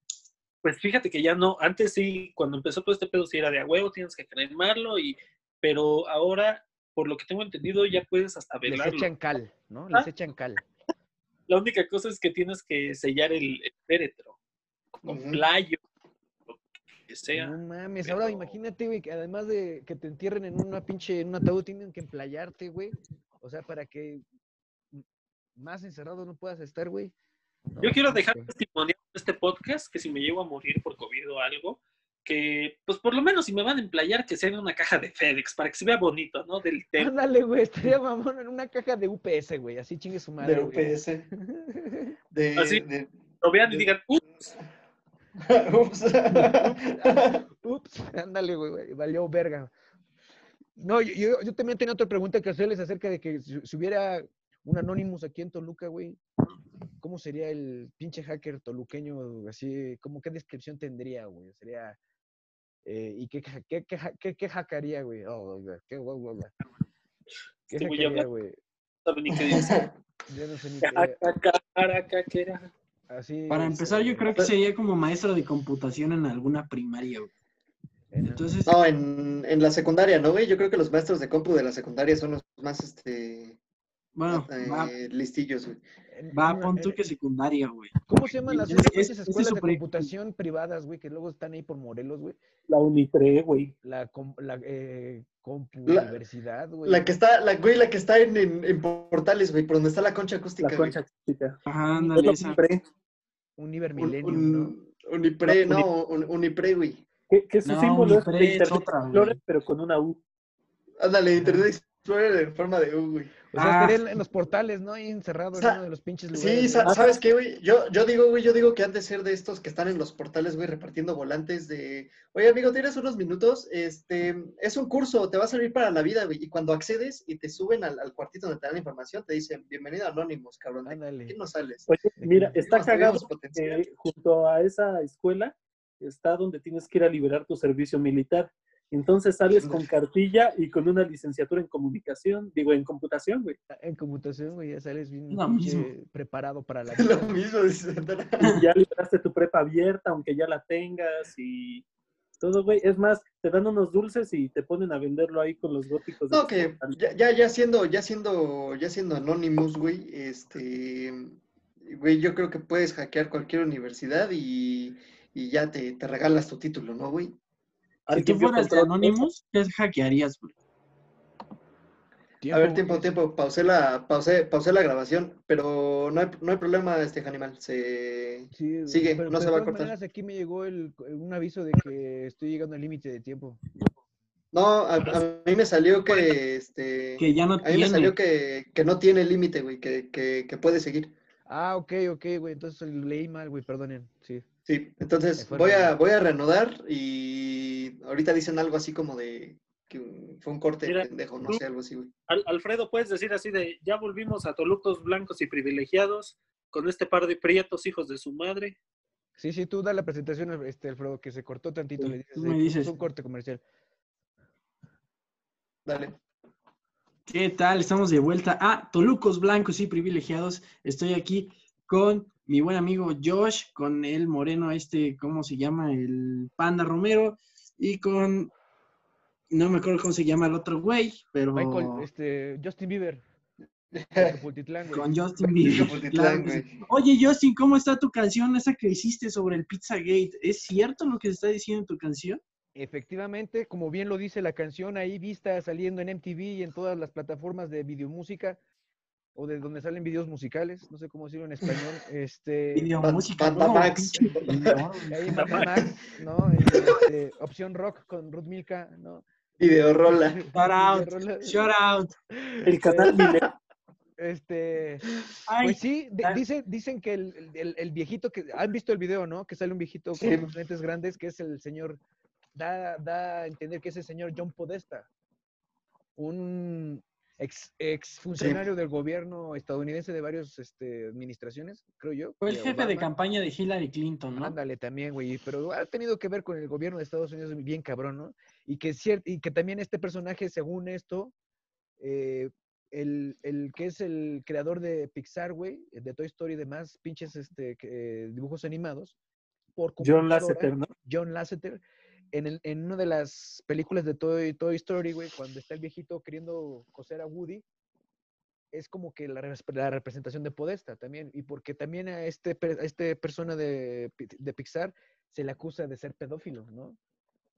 [SPEAKER 6] Pues fíjate que ya no, antes sí, cuando empezó todo este pedo, sí era de a huevo, tienes que cremarlo, y, pero ahora, por lo que tengo entendido, ya puedes hasta
[SPEAKER 3] Les
[SPEAKER 6] velarlo.
[SPEAKER 3] echan cal, ¿no?
[SPEAKER 6] Ah.
[SPEAKER 3] Les echan cal.
[SPEAKER 6] La única cosa es que tienes que sellar el, el féretro con
[SPEAKER 2] Ujú.
[SPEAKER 6] playo, lo que sea.
[SPEAKER 3] No mames, ahora
[SPEAKER 6] pero-
[SPEAKER 3] imagínate, güey, que además de que te entierren en una pinche, en un ataúd, tienen que emplayarte, güey. O sea, para que m- más encerrado no puedas estar, güey. No,
[SPEAKER 6] Yo quiero
[SPEAKER 3] pinche.
[SPEAKER 6] dejar testimonial en este podcast que si me llego a morir por COVID o algo, que pues por lo menos si me van a emplayar, que sea en una caja de FedEx para que se vea bonito, ¿no? Del
[SPEAKER 5] Ah,
[SPEAKER 6] tema.
[SPEAKER 3] Ándale, güey, estaría mamón en una caja de UPS, güey. Así chingue su madre.
[SPEAKER 2] Del
[SPEAKER 3] güey.
[SPEAKER 2] UPS. De,
[SPEAKER 6] Ah, sí.
[SPEAKER 2] de-
[SPEAKER 6] Lo vean y digan, "Uh,
[SPEAKER 2] Ups.
[SPEAKER 3] Ups, ándale, güey, güey, valió verga. No, yo, yo, yo también tenía otra pregunta que hacerles acerca de que si, si hubiera un Anonymous aquí en Toluca, güey, ¿cómo sería el pinche hacker toluqueño? Así, ¿cómo qué descripción tendría, güey? Sería. eh, ¿Y qué, ja- qué, qué, ja- qué, qué hackearía, güey? Oh, güey, qué guau, guau, guau. ¿Qué
[SPEAKER 6] Este güey
[SPEAKER 3] hackearía,
[SPEAKER 6] habla-
[SPEAKER 3] güey?
[SPEAKER 6] saben ni qué dice.
[SPEAKER 3] Yo no sé ni
[SPEAKER 6] Ca-
[SPEAKER 3] qué.
[SPEAKER 6] ca- cara, ca- que era.
[SPEAKER 3] Así.
[SPEAKER 4] Para empezar, yo
[SPEAKER 3] este,
[SPEAKER 4] creo que sería como maestro de computación en alguna primaria. güey.
[SPEAKER 3] en-
[SPEAKER 4] Entonces,
[SPEAKER 2] No, en, en la secundaria, ¿no, güey? Yo creo que los maestros de compu de la secundaria son los más, este,
[SPEAKER 4] bueno, Ah, va,
[SPEAKER 2] eh, listillos, güey.
[SPEAKER 3] en-
[SPEAKER 4] va
[SPEAKER 3] en-
[SPEAKER 4] pon tú
[SPEAKER 3] en-
[SPEAKER 4] que secundaria, güey.
[SPEAKER 3] ¿Cómo se llaman las
[SPEAKER 4] Es-
[SPEAKER 3] otras
[SPEAKER 4] es-
[SPEAKER 3] pinches
[SPEAKER 4] ese
[SPEAKER 3] escuelas de
[SPEAKER 4] super-
[SPEAKER 3] computación privadas, güey, que luego están ahí por Morelos, güey?
[SPEAKER 5] La Unitre, güey.
[SPEAKER 3] La, com- la eh, compu
[SPEAKER 2] La-
[SPEAKER 3] universidad, güey.
[SPEAKER 2] La que está, la, güey, la que está en, en, en Portales, güey, por donde está la concha acústica,
[SPEAKER 5] La concha chica.
[SPEAKER 4] Ajá,
[SPEAKER 5] Es
[SPEAKER 4] ándale,
[SPEAKER 5] la
[SPEAKER 4] esa.
[SPEAKER 5] Unitre,
[SPEAKER 3] Univer
[SPEAKER 2] güey. Un-
[SPEAKER 3] Millennium, ¿no?
[SPEAKER 2] un- Unipre,
[SPEAKER 5] No,
[SPEAKER 2] no, un- Unipre, güey.
[SPEAKER 5] Que, que su
[SPEAKER 4] No,
[SPEAKER 5] símbolo es
[SPEAKER 4] Unipre
[SPEAKER 5] de
[SPEAKER 4] es
[SPEAKER 5] Internet
[SPEAKER 4] otra, güey.
[SPEAKER 5] Explorer, pero con una U.
[SPEAKER 2] Ándale, Internet Explorer en forma de U, güey.
[SPEAKER 3] O sea,
[SPEAKER 4] Ah.
[SPEAKER 3] estaría en- en los portales, ¿no? Ahí encerrado
[SPEAKER 2] Sa-
[SPEAKER 3] en uno de los pinches lugares.
[SPEAKER 2] Sí,
[SPEAKER 3] ¿no?
[SPEAKER 2] sa- ¿sabes qué, güey? Yo, yo digo, güey, yo digo que han de ser de estos que están en los portales, güey, repartiendo volantes de, oye, amigo, tienes unos minutos, este, es un curso, te va a servir para la vida, güey. Y cuando accedes y te suben al, al cuartito donde te dan la información, te dicen, bienvenido a Anónimos, cabrón, de aquí
[SPEAKER 3] Ándale.
[SPEAKER 2] no sales.
[SPEAKER 5] Oye, mira,
[SPEAKER 3] que-
[SPEAKER 4] Ah,
[SPEAKER 5] está
[SPEAKER 2] Nos tenemos
[SPEAKER 5] cagado
[SPEAKER 2] potencial.
[SPEAKER 5] que Eh, junto a esa escuela está donde tienes que ir a liberar tu servicio militar. Entonces sales con cartilla y con una licenciatura en comunicación, digo, en computación, güey.
[SPEAKER 3] En computación, güey, ya sales bien
[SPEAKER 4] Lo
[SPEAKER 3] pinche
[SPEAKER 4] mismo.
[SPEAKER 3] preparado para la
[SPEAKER 2] Lo
[SPEAKER 3] vida.
[SPEAKER 2] mismo, dice Santana.
[SPEAKER 5] Y ya liberaste tu prepa abierta, aunque ya la tengas y todo, güey. Es más, te dan unos dulces y te ponen a venderlo ahí con los
[SPEAKER 4] Pues
[SPEAKER 5] góticos. de
[SPEAKER 2] No,
[SPEAKER 5] los
[SPEAKER 2] que
[SPEAKER 5] portales.
[SPEAKER 2] ya, ya, ya siendo, ya siendo, ya siendo Anonymous, güey, este, güey, yo creo que puedes hackear cualquier universidad y, y ya te, te regalas tu título, ¿no, güey?
[SPEAKER 4] Si tú
[SPEAKER 5] Alguien vio
[SPEAKER 4] fueras de
[SPEAKER 5] control-
[SPEAKER 4] Anonymous, ¿qué hackearías, güey?
[SPEAKER 2] A ver, tiempo, tiempo, pausé la, pausé, pausé la grabación, pero no hay, no hay problema, este animal. Se...
[SPEAKER 3] Sí, güey,
[SPEAKER 2] Sigue,
[SPEAKER 3] pero-
[SPEAKER 2] no
[SPEAKER 3] pero
[SPEAKER 2] se
[SPEAKER 3] de
[SPEAKER 2] va a
[SPEAKER 3] todas
[SPEAKER 2] cortar.
[SPEAKER 3] maneras, aquí me llegó el- un aviso de que estoy llegando al límite de tiempo.
[SPEAKER 2] No, a, a mí me salió que este.
[SPEAKER 4] Que ya no
[SPEAKER 2] A mí me
[SPEAKER 4] tiene.
[SPEAKER 2] salió que, que no tiene límite, güey, que, que, que puede seguir.
[SPEAKER 3] Ah, ok, ok, güey, entonces leí mal, güey, perdonen, sí.
[SPEAKER 2] Sí,
[SPEAKER 3] Me
[SPEAKER 2] entonces
[SPEAKER 3] fue
[SPEAKER 2] voy a,
[SPEAKER 3] rápido.
[SPEAKER 2] voy a reanudar y ahorita dicen algo así como de que fue un corte
[SPEAKER 6] Mira,
[SPEAKER 2] pendejo, no
[SPEAKER 6] tú-
[SPEAKER 2] sé, algo así, güey.
[SPEAKER 6] Al- Alfredo, puedes decir así de, ya volvimos a Tolucos blancos y privilegiados con este par de prietos hijos de su madre.
[SPEAKER 3] Sí, sí, tú da la presentación, Al- este, Alfredo, que se cortó tantito.
[SPEAKER 4] Sí,
[SPEAKER 3] le
[SPEAKER 4] tú
[SPEAKER 3] dices,
[SPEAKER 4] me
[SPEAKER 3] "Eh,
[SPEAKER 4] dices".
[SPEAKER 3] Es un corte comercial.
[SPEAKER 2] Dale.
[SPEAKER 4] ¿Qué tal? Estamos de vuelta a Tolucos Blancos y Privilegiados. Estoy aquí con mi buen amigo Josh, con el moreno este, ¿cómo se llama? El Panda Romero y con... No me acuerdo cómo se llama el otro güey, pero...
[SPEAKER 3] Michael, este, Justin Bieber. de Tepultitlán, güey.
[SPEAKER 4] Con Justin Bieber. claro
[SPEAKER 2] Tepultitlán,
[SPEAKER 4] que sí.
[SPEAKER 2] güey.
[SPEAKER 4] Oye, Justin, ¿cómo está tu canción esa que hiciste sobre el Pizzagate? ¿Es cierto lo que se está diciendo en tu canción?
[SPEAKER 3] Efectivamente, como bien lo dice la canción, ahí vista saliendo en MTV y en todas las plataformas de videomúsica. o de donde salen videos musicales, no sé cómo decirlo en español, este,
[SPEAKER 4] Video,
[SPEAKER 2] Pat-
[SPEAKER 4] música,
[SPEAKER 2] Panda
[SPEAKER 4] no,
[SPEAKER 2] Max.
[SPEAKER 4] pinche video.
[SPEAKER 3] ahí en Max, ¿no? Este, opción rock con Ruth Milka, ¿no?
[SPEAKER 2] Videorola.
[SPEAKER 3] Video
[SPEAKER 4] out,
[SPEAKER 3] rola,
[SPEAKER 4] Shout out.
[SPEAKER 5] El canal Milenio.
[SPEAKER 3] Este,
[SPEAKER 4] Ay,
[SPEAKER 3] pues sí, de-
[SPEAKER 4] ah.
[SPEAKER 3] dicen, dicen que el, el- el viejito que, han visto el video, ¿no? Que sale un viejito con
[SPEAKER 2] Sí.
[SPEAKER 3] unos lentes grandes, que es el señor, da, da a entender que es el señor John Podesta, un ex, ex funcionario del gobierno estadounidense de varias este, administraciones, creo yo.
[SPEAKER 4] fue el
[SPEAKER 3] de
[SPEAKER 4] jefe de
[SPEAKER 3] Obama.
[SPEAKER 4] campaña de Hillary Clinton, ¿no?
[SPEAKER 3] Ándale también, güey, pero ha tenido que ver con el gobierno de Estados Unidos bien cabrón, ¿no? Y que, cier- y que también este personaje, según esto, eh, el, el que es el creador de Pixar, güey, de Toy Story y demás, pinches este, que, eh, dibujos animados, por computadora,
[SPEAKER 5] John Lasseter, ¿no?
[SPEAKER 3] John Lasseter, en, el- en una de las películas de Toy, Toy Story, güey, cuando está el viejito queriendo coser a Woody, es como que la, res- la representación de Podesta también. Y porque también a este, per- a este persona de, Pi- de Pixar se le acusa de ser pedófilo, ¿no?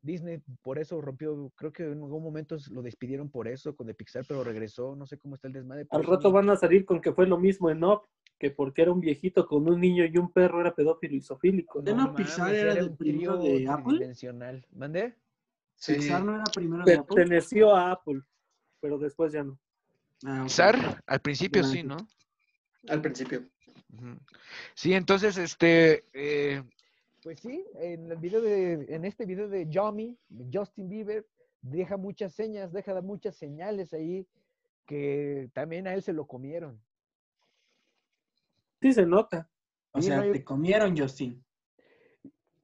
[SPEAKER 3] Disney por eso rompió, creo que en algún momento s- lo despidieron por eso con de Pixar, pero regresó, no sé cómo está el desmadre. pero
[SPEAKER 5] Al
[SPEAKER 3] es un-
[SPEAKER 5] rato van a salir con que fue lo mismo en Up, que porque era un viejito con un niño y un perro era pedófilo y zoofílico.
[SPEAKER 4] ¿De
[SPEAKER 5] ¿no?
[SPEAKER 4] no Pixar era del
[SPEAKER 3] un
[SPEAKER 4] primero
[SPEAKER 3] trío
[SPEAKER 4] de Apple?
[SPEAKER 3] tridimensional. ¿Mandé?
[SPEAKER 2] Sí.
[SPEAKER 4] Pixar no era primero de Apple.
[SPEAKER 5] Perteneció a Apple, pero después ya no.
[SPEAKER 4] Ah, ok.
[SPEAKER 7] Pixar, al principio sí, ¿no?
[SPEAKER 2] Al principio.
[SPEAKER 7] Ujú. Sí, entonces, este, eh,
[SPEAKER 3] Pues sí, en el video de, en este video de Yomi, Justin Bieber, deja muchas señas, deja da- muchas señales ahí que también a él se lo comieron.
[SPEAKER 5] Sí se nota.
[SPEAKER 4] O sea, te comieron, Justin.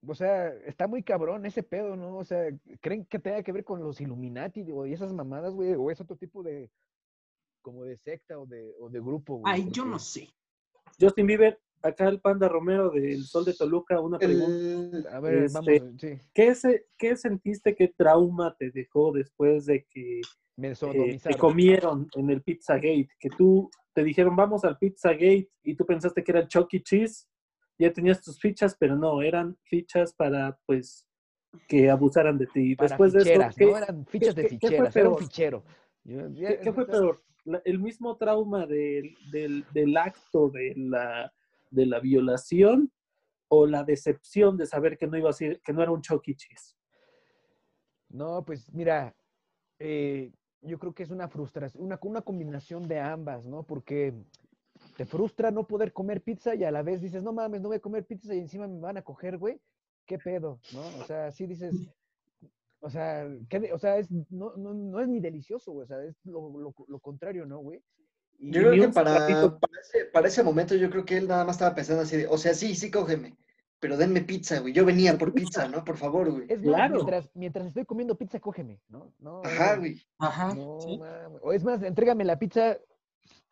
[SPEAKER 3] O sea, está muy cabrón ese pedo, ¿no? O sea, ¿creen que tenga que ver con los Illuminati o y esas mamadas, güey? O es otro tipo de, como de secta o de, o de grupo, güey.
[SPEAKER 4] Ay, yo
[SPEAKER 3] porque-
[SPEAKER 4] no sé.
[SPEAKER 5] Justin Bieber, acá el panda Romero del Sol de Toluca, una pregunta.
[SPEAKER 2] El-
[SPEAKER 3] A ver,
[SPEAKER 5] Este-
[SPEAKER 3] vamos, sí.
[SPEAKER 5] ¿Qué, se- ¿Qué sentiste, qué trauma te dejó después de que
[SPEAKER 3] Me
[SPEAKER 5] eh, te
[SPEAKER 3] sodomizaron.
[SPEAKER 5] comieron en el Pizzagate? Que tú te dijeron, vamos al Pizzagate, y tú pensaste que era el Chuck E. Cheese, ya tenías tus fichas, pero no, eran fichas para, pues, que abusaran de ti.
[SPEAKER 3] Para
[SPEAKER 5] después
[SPEAKER 3] ficheras,
[SPEAKER 5] de eso, ¿qué-
[SPEAKER 3] ¿no? Eran fichas de
[SPEAKER 5] qué- qué fue
[SPEAKER 3] ficheras, era un
[SPEAKER 5] peor?
[SPEAKER 3] fichero. Yo- ya-
[SPEAKER 5] ¿Qué, qué fue peor? La- ¿El mismo trauma del, del, del acto de la, de la violación o la decepción de saber que no iba a ser, que no era un Chuck E. Cheese?
[SPEAKER 3] No, pues mira, eh, yo creo que es una frustración, una, una combinación de ambas, ¿no? Porque te frustra no poder comer pizza y a la vez dices, no mames, no voy a comer pizza y encima me van a coger, güey. ¿Qué pedo? ¿No? O sea, sí dices, o sea, ¿qué de- o sea es, no, no, no es ni delicioso, güey. O sea, es lo, lo- lo contrario, ¿no, güey? Y
[SPEAKER 2] Yo creo
[SPEAKER 5] ni
[SPEAKER 2] que
[SPEAKER 5] un
[SPEAKER 2] para,
[SPEAKER 5] zapatito.
[SPEAKER 2] para ese, para ese momento yo creo que él nada más estaba pensando así de, o sea, sí, sí, cógeme, pero denme pizza, güey. Yo venía por pizza, ¿no? Por favor, güey.
[SPEAKER 3] es más,
[SPEAKER 5] claro.
[SPEAKER 3] mientras, mientras estoy comiendo pizza, cógeme, ¿no? No,
[SPEAKER 2] Ajá,
[SPEAKER 3] no.
[SPEAKER 2] güey.
[SPEAKER 3] No,
[SPEAKER 4] Ajá. Ah, sí.
[SPEAKER 3] mames. O es más, entrégame la pizza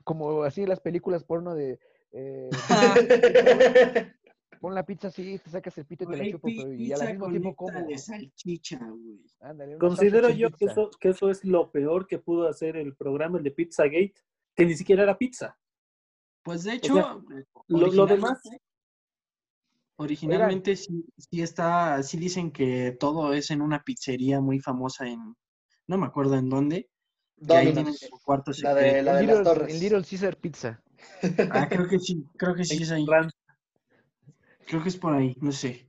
[SPEAKER 3] como así las películas porno de... eh,
[SPEAKER 4] Ah,
[SPEAKER 3] pon la pizza así, te sacas el pito y te la
[SPEAKER 4] Güey,
[SPEAKER 3] chupo,
[SPEAKER 4] pi-
[SPEAKER 3] pero y al
[SPEAKER 4] pizza
[SPEAKER 3] mismo tiempo
[SPEAKER 4] con
[SPEAKER 3] como.
[SPEAKER 4] de salchicha, güey.
[SPEAKER 3] Ándale, una
[SPEAKER 5] Considero
[SPEAKER 3] sausage
[SPEAKER 5] yo que
[SPEAKER 3] E. pizza.
[SPEAKER 5] eso, que eso es lo peor que pudo hacer el programa, el de Pizzagate, que ni siquiera era pizza.
[SPEAKER 4] Pues de hecho,
[SPEAKER 5] sea, lo- lo
[SPEAKER 4] originalmente-
[SPEAKER 5] demás-
[SPEAKER 4] Originalmente sí, sí está, sí dicen que todo es en una pizzería muy famosa en, no me acuerdo en dónde, que ahí tienen
[SPEAKER 2] Domino's.
[SPEAKER 4] su cuarto
[SPEAKER 2] La de,
[SPEAKER 4] secreto.
[SPEAKER 2] la de
[SPEAKER 3] En Little-
[SPEAKER 2] las torres.
[SPEAKER 3] En Little Caesar Pizza.
[SPEAKER 4] Ah, creo que sí, creo que sí es ahí.
[SPEAKER 5] Ran-
[SPEAKER 4] Creo que es por ahí, no sé.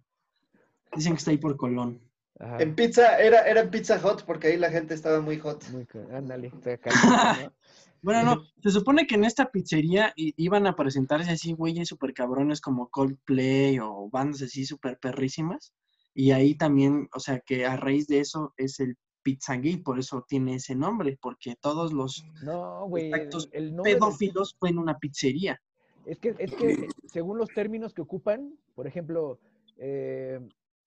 [SPEAKER 4] Dicen que está ahí por Colón.
[SPEAKER 3] Ajá,
[SPEAKER 2] En pizza, era, era en Pizza Hot porque ahí la gente estaba muy hot.
[SPEAKER 3] muy ca- ándale, está caliente, ¿no?
[SPEAKER 4] Bueno, no, se supone que en esta pizzería i- iban a presentarse así güeyes súper cabrones como Coldplay o bandas así súper perrísimas. Y ahí también, o sea, que a raíz de eso es el Pizzagate, por eso tiene ese nombre, porque todos los
[SPEAKER 3] No, güey. el-
[SPEAKER 4] Exactos
[SPEAKER 3] El nombre. del-
[SPEAKER 4] pedófilos fue en una pizzería.
[SPEAKER 3] Es que, es que según los términos que ocupan, por ejemplo, eh,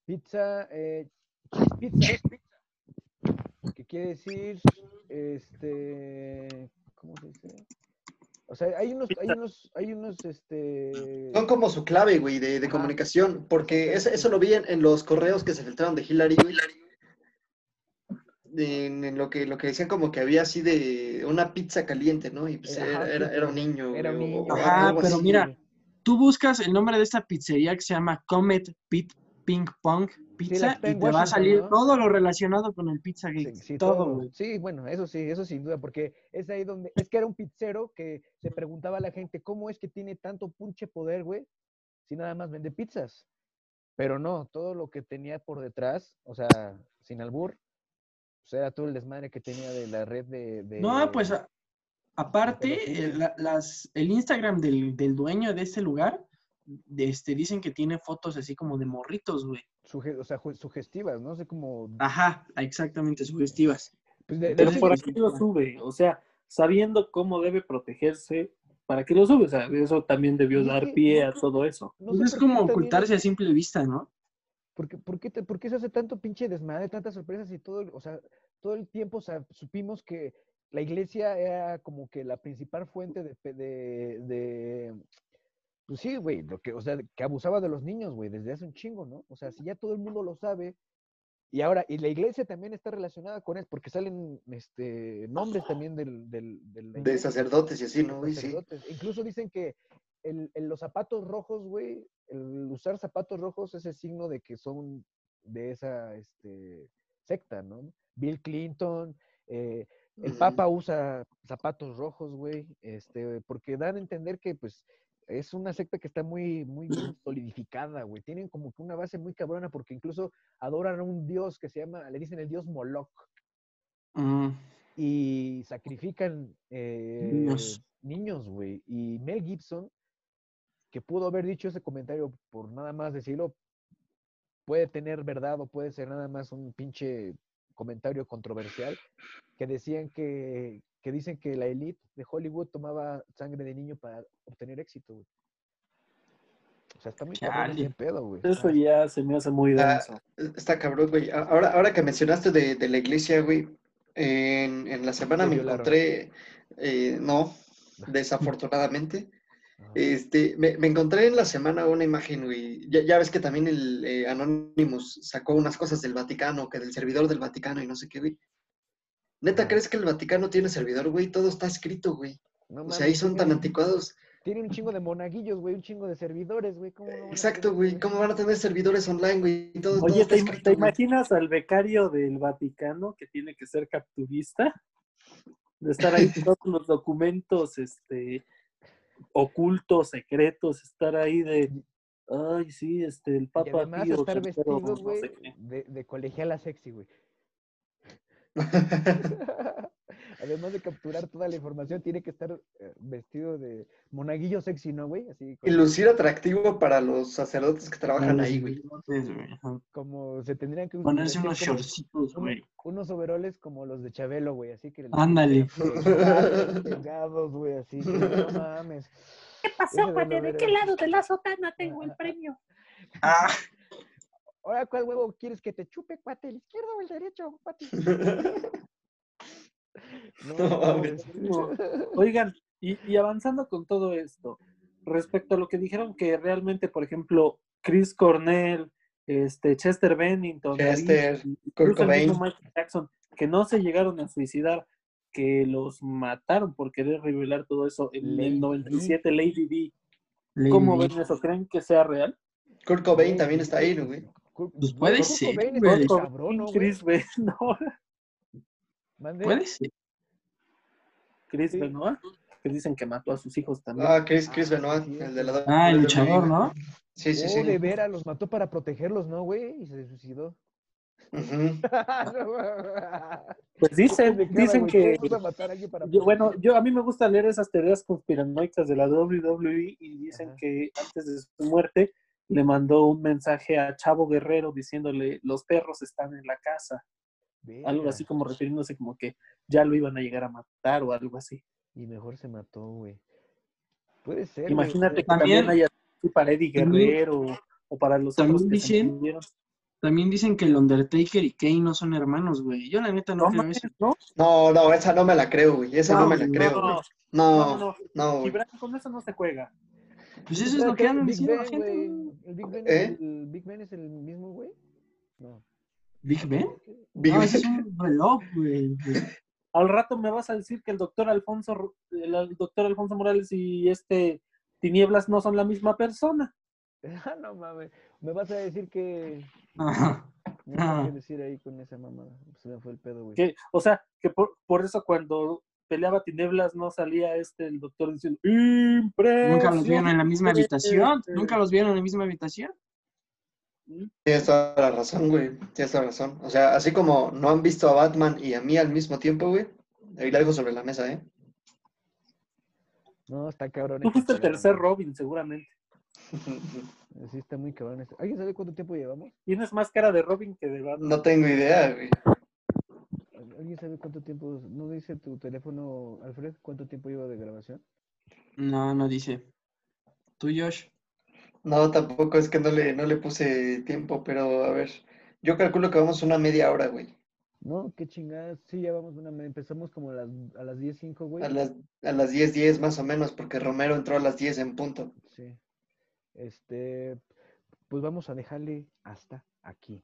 [SPEAKER 3] pizza, eh, cheese pizza, que quiere decir, este, ¿cómo se dice? O sea, hay unos, hay unos, hay unos, este,
[SPEAKER 2] Son como su clave, güey, de, de
[SPEAKER 3] Ajá.
[SPEAKER 2] comunicación, porque eso, eso lo vi en, en los correos que se filtraron de Hillary, güey. En, en lo que lo que decían como que había así de una pizza caliente, ¿no? Y pues
[SPEAKER 3] Eh,
[SPEAKER 2] era,
[SPEAKER 3] Ajá,
[SPEAKER 2] era,
[SPEAKER 3] sí,
[SPEAKER 2] era
[SPEAKER 3] sí.
[SPEAKER 2] un niño.
[SPEAKER 3] era un
[SPEAKER 2] güey, o-
[SPEAKER 3] niño.
[SPEAKER 2] o
[SPEAKER 4] Ajá,
[SPEAKER 2] algo
[SPEAKER 4] pero
[SPEAKER 2] así,
[SPEAKER 4] mira,
[SPEAKER 2] güey.
[SPEAKER 4] Tú buscas el nombre de esta pizzería que se llama Comet Pit ping pong pizza
[SPEAKER 3] está
[SPEAKER 4] y
[SPEAKER 3] en
[SPEAKER 4] te va a
[SPEAKER 3] Washington,
[SPEAKER 4] salir
[SPEAKER 3] ¿no?
[SPEAKER 4] todo lo relacionado con el pizza
[SPEAKER 3] Sí,
[SPEAKER 4] Gate.
[SPEAKER 3] sí,
[SPEAKER 4] todo,
[SPEAKER 3] todo.
[SPEAKER 4] güey.
[SPEAKER 3] Sí, bueno, eso sí, eso sin duda, porque es ahí donde, es que era un pizzero que se preguntaba a la gente, ¿cómo es que tiene tanto punche poder, güey? Si nada más vende pizzas. Pero no, todo lo que tenía por detrás, o sea, sin albur, pues era todo el desmadre que tenía de la red de... de-
[SPEAKER 4] No, pues a- aparte,
[SPEAKER 3] pedofilia.
[SPEAKER 4] el, la- las, el Instagram del, del dueño de este lugar de este, dicen que tiene fotos así como de morritos, güey.
[SPEAKER 3] suge- o sea, ju- sugestivas, ¿no? sé como...
[SPEAKER 4] Ajá, exactamente, sugestivas.
[SPEAKER 3] pues, de- de
[SPEAKER 5] Pero
[SPEAKER 3] hecho,
[SPEAKER 5] por
[SPEAKER 4] sí,
[SPEAKER 5] aquí
[SPEAKER 4] sí,
[SPEAKER 5] lo
[SPEAKER 4] claro.
[SPEAKER 5] sube, o sea, sabiendo cómo debe protegerse, ¿para qué lo sube? O sea, eso también debió
[SPEAKER 3] Y es
[SPEAKER 5] dar
[SPEAKER 3] que
[SPEAKER 5] pie
[SPEAKER 3] no
[SPEAKER 5] a
[SPEAKER 3] creo-
[SPEAKER 5] todo eso.
[SPEAKER 3] no
[SPEAKER 4] No,
[SPEAKER 3] sé
[SPEAKER 4] Pues es
[SPEAKER 3] por qué
[SPEAKER 4] como
[SPEAKER 3] también
[SPEAKER 4] ocultarse a simple vista, ¿no?
[SPEAKER 3] ¿Por qué, por qué te- por qué se hace tanto pinche desmadre, tantas sorpresas y todo? el- O sea, todo el tiempo sa- supimos que la iglesia era como que la principal fuente de... pe- de, de, pues sí, güey, lo que, o sea, que abusaba de los niños, güey, desde hace un chingo, ¿no? O sea, si ya todo el mundo lo sabe, y ahora, y la iglesia también está relacionada con él, porque salen este, nombres también del, del, del- la
[SPEAKER 2] De
[SPEAKER 3] iglesia
[SPEAKER 2] sacerdotes y así,
[SPEAKER 3] los
[SPEAKER 2] ¿no? güey? Sí.
[SPEAKER 3] sacerdotes. Incluso dicen que el, el- los zapatos rojos, güey, el usar zapatos rojos es el signo de que son de esa este, secta, ¿no? Bill Clinton, eh, el
[SPEAKER 2] Ujú.
[SPEAKER 3] Papa usa zapatos rojos, güey, este, porque dan a entender que, pues, es una secta que está muy, muy bien solidificada, güey. Tienen como que una base muy cabrona, porque incluso adoran a un dios que se llama, le dicen el dios Moloch
[SPEAKER 4] Mm,
[SPEAKER 3] y sacrifican
[SPEAKER 4] Niños.
[SPEAKER 3] eh, niños, güey. Y Mel Gibson, que pudo haber dicho ese comentario por nada más decirlo, puede tener verdad o puede ser nada más un pinche comentario controversial, que decían que, que dicen que la élite de Hollywood tomaba sangre de niño para obtener éxito, güey. O sea, está muy cabrón
[SPEAKER 4] Chale.
[SPEAKER 3] ese pedo, güey.
[SPEAKER 5] Eso ya se me hace muy
[SPEAKER 2] Ah,
[SPEAKER 5] denso.
[SPEAKER 2] Está cabrón, güey. A- Ahora, ahora que mencionaste de, de la iglesia, güey, en, en la semana
[SPEAKER 3] Te
[SPEAKER 2] me
[SPEAKER 3] violaron.
[SPEAKER 2] encontré, eh, no, desafortunadamente,
[SPEAKER 3] Ajá.
[SPEAKER 2] este, me, me encontré en la semana una imagen, güey. Ya, ya ves que también el eh, Anonymous sacó unas cosas del Vaticano, que del servidor del Vaticano y no sé qué, güey. ¿Neta
[SPEAKER 3] Ajá.
[SPEAKER 2] crees que el Vaticano tiene servidor, güey? Todo está escrito, güey.
[SPEAKER 3] No
[SPEAKER 2] O
[SPEAKER 3] mames,
[SPEAKER 2] sea, pues ahí son tan
[SPEAKER 3] tiene-
[SPEAKER 2] anticuados.
[SPEAKER 3] Tiene un chingo de monaguillos, güey, un chingo de servidores, güey. ¿cómo no van a
[SPEAKER 2] Exacto,
[SPEAKER 3] tener,
[SPEAKER 2] güey. ¿Cómo van a tener servidores online, güey? Todo, todo
[SPEAKER 5] Oye,
[SPEAKER 2] está
[SPEAKER 5] ¿te, im-
[SPEAKER 2] escrito,
[SPEAKER 5] te
[SPEAKER 2] güey.
[SPEAKER 5] imaginas al becario del Vaticano que tiene que ser capturista? De estar ahí con todos los documentos este, ocultos, secretos, estar ahí de, ay, sí, este, el
[SPEAKER 3] Y
[SPEAKER 5] Papa
[SPEAKER 3] además
[SPEAKER 5] Pío
[SPEAKER 3] estar
[SPEAKER 5] III,
[SPEAKER 3] vestido,
[SPEAKER 5] no sé
[SPEAKER 3] güey,
[SPEAKER 5] qué".
[SPEAKER 3] de, de colegiala sexy, güey. además de capturar toda la información, tiene que estar eh, vestido de monaguillo sexy, ¿no, güey? Así
[SPEAKER 2] Y
[SPEAKER 3] como,
[SPEAKER 2] lucir atractivo para los sacerdotes que trabajan ahí, güey.
[SPEAKER 4] bigotes, güey, ajá.
[SPEAKER 3] como se tendrían que
[SPEAKER 4] Ponerse
[SPEAKER 3] vestir
[SPEAKER 4] unos
[SPEAKER 3] como
[SPEAKER 4] shortcitos,
[SPEAKER 3] uno-
[SPEAKER 4] güey.
[SPEAKER 3] unos overoles como los de Chabelo, güey, así que... les-
[SPEAKER 4] Ándale.
[SPEAKER 3] Chingados, chingados, güey, así que no mames. ¿Qué pasó, ¿De qué lado de la sotana tengo el premio?
[SPEAKER 4] Ah,
[SPEAKER 3] Ahora, ¿cuál huevo quieres que te chupe, cuate? ¿El izquierdo o el derecho, cuate?
[SPEAKER 2] No mames.
[SPEAKER 5] No. Oigan, y, y avanzando con todo esto, respecto a lo que dijeron que realmente, por ejemplo, Chris Cornell, este, Chester Bennington,
[SPEAKER 2] Chester,
[SPEAKER 5] Avicii,
[SPEAKER 2] Kurt
[SPEAKER 5] incluso el mismo
[SPEAKER 2] Cobain.
[SPEAKER 5] Michael Jackson, que no se llegaron a suicidar, que los mataron por querer revelar todo eso en
[SPEAKER 3] Lady
[SPEAKER 5] el
[SPEAKER 3] Di.
[SPEAKER 5] 97 Lady D. ¿Cómo
[SPEAKER 4] Lady.
[SPEAKER 5] ven eso? ¿Creen que sea real?
[SPEAKER 2] Kurt Cobain también está ahí, ¿no, güey.
[SPEAKER 3] Kurt-
[SPEAKER 4] Pues
[SPEAKER 3] güey,
[SPEAKER 4] puede
[SPEAKER 3] Kurt
[SPEAKER 4] ser,
[SPEAKER 3] Cobain está
[SPEAKER 4] güey.
[SPEAKER 3] bien
[SPEAKER 5] Kurt
[SPEAKER 3] cabrón, ¿no, güey?
[SPEAKER 5] Chris Benoit.
[SPEAKER 3] Mande.
[SPEAKER 4] ¿Puede ser?
[SPEAKER 5] Chris
[SPEAKER 3] Sí.
[SPEAKER 5] Benoit, que dicen que mató a sus hijos también.
[SPEAKER 2] Ah, Chris, Chris Benoit,
[SPEAKER 3] sí,
[SPEAKER 2] el de la
[SPEAKER 4] Ah, el
[SPEAKER 2] WWE,
[SPEAKER 4] luchador,
[SPEAKER 2] güey.
[SPEAKER 4] ¿no?
[SPEAKER 2] Sí, sí, sí.
[SPEAKER 3] Oh, de veras, los mató para protegerlos, ¿no, güey? Y se suicidó.
[SPEAKER 2] Ujú.
[SPEAKER 3] dicen,
[SPEAKER 5] Pues dicen, dicen que...
[SPEAKER 3] vas a matar a alguien para
[SPEAKER 5] Yo, bueno, yo a mí me gusta leer esas teorías conspiranoicas de la WWE y dicen
[SPEAKER 3] Ajá.
[SPEAKER 5] que antes de su muerte le mandó un mensaje a Chavo Guerrero diciéndole los perros están en la casa,
[SPEAKER 3] protegerlos?
[SPEAKER 5] algo
[SPEAKER 3] Verga,
[SPEAKER 5] así como refiriéndose como que ya lo iban a llegar a matar o algo así.
[SPEAKER 3] Y mejor se mató, güey. Puede ser. güey,
[SPEAKER 5] Imagínate que
[SPEAKER 3] puede-
[SPEAKER 5] también,
[SPEAKER 4] También-
[SPEAKER 5] haya para Eddie
[SPEAKER 4] también-
[SPEAKER 5] Guerrero o para los otros
[SPEAKER 4] también
[SPEAKER 5] que se
[SPEAKER 4] dicen-
[SPEAKER 5] murieron.
[SPEAKER 4] También dicen que el Undertaker y Kane no son hermanos, güey. Yo la neta no,
[SPEAKER 5] No,
[SPEAKER 4] creo
[SPEAKER 5] mames,
[SPEAKER 4] eso.
[SPEAKER 5] no,
[SPEAKER 2] No, no, esa no me la creo, güey. Esa no,
[SPEAKER 4] No,
[SPEAKER 2] me la creo, güey.
[SPEAKER 5] no, no,
[SPEAKER 2] No,
[SPEAKER 5] no,
[SPEAKER 2] no, güey.
[SPEAKER 5] Gibran, con eso no se juega.
[SPEAKER 4] Pues eso es lo que
[SPEAKER 3] el
[SPEAKER 4] andan
[SPEAKER 3] Big
[SPEAKER 4] diciendo la
[SPEAKER 3] Ben,
[SPEAKER 4] gente.
[SPEAKER 3] güey.
[SPEAKER 4] güey.
[SPEAKER 3] ¿El Big Ben,
[SPEAKER 2] ¿Eh?
[SPEAKER 3] es el, el Big Ben es el mismo, güey? No.
[SPEAKER 4] ¿Big Ben?
[SPEAKER 2] Big
[SPEAKER 4] No,
[SPEAKER 2] Ben.
[SPEAKER 4] ese es un reloj, güey.
[SPEAKER 5] Al rato me vas a decir que el doctor Alfonso, Ru- el, al- doctor Alfonso Morales y este Tinieblas no son la misma persona.
[SPEAKER 3] Ah, no mames. Me vas a decir que.
[SPEAKER 4] Ajá.
[SPEAKER 3] No sé
[SPEAKER 4] Ah.
[SPEAKER 3] qué decir ahí con esa mamada. Se me fue el pedo, güey.
[SPEAKER 5] Que, o sea, que por, por eso cuando peleaba Tinieblas no salía este el doctor diciendo
[SPEAKER 3] Eh,
[SPEAKER 5] ¡Impresión!
[SPEAKER 4] Nunca los vieron en la misma
[SPEAKER 3] este,
[SPEAKER 5] sí,
[SPEAKER 4] habitación.
[SPEAKER 5] sí.
[SPEAKER 4] Nunca los vieron en la misma habitación.
[SPEAKER 2] Tienes toda la razón, güey. Tienes toda la razón. O sea, así como no han visto a Batman y a mí al mismo tiempo, güey. Ahí la dejo sobre la mesa, ¿eh?
[SPEAKER 3] No, está cabrón. este esta
[SPEAKER 5] Tú fuiste el
[SPEAKER 3] chingada,
[SPEAKER 5] tercer
[SPEAKER 3] güey.
[SPEAKER 5] Robin, seguramente.
[SPEAKER 3] Sí, está muy cabrón. esto. ¿Alguien sabe cuánto tiempo llevamos?
[SPEAKER 5] Tienes más cara de Robin que de Batman.
[SPEAKER 2] No tengo idea, güey.
[SPEAKER 3] ¿Al- ¿Alguien sabe cuánto tiempo? ¿No dice tu teléfono, Alfred, cuánto tiempo lleva de grabación?
[SPEAKER 4] No, no dice. Tú, Josh.
[SPEAKER 2] No, tampoco es que no le, no le puse tiempo, pero a ver. Yo calculo que vamos una media hora, güey.
[SPEAKER 3] No, qué chingadas. Sí, ya vamos una. Empezamos como a las, a las 10.05, güey.
[SPEAKER 2] A las, a las 10, 10 más o menos, porque Romero entró a las 10 en punto.
[SPEAKER 3] Sí. Este, pues vamos a dejarle hasta aquí.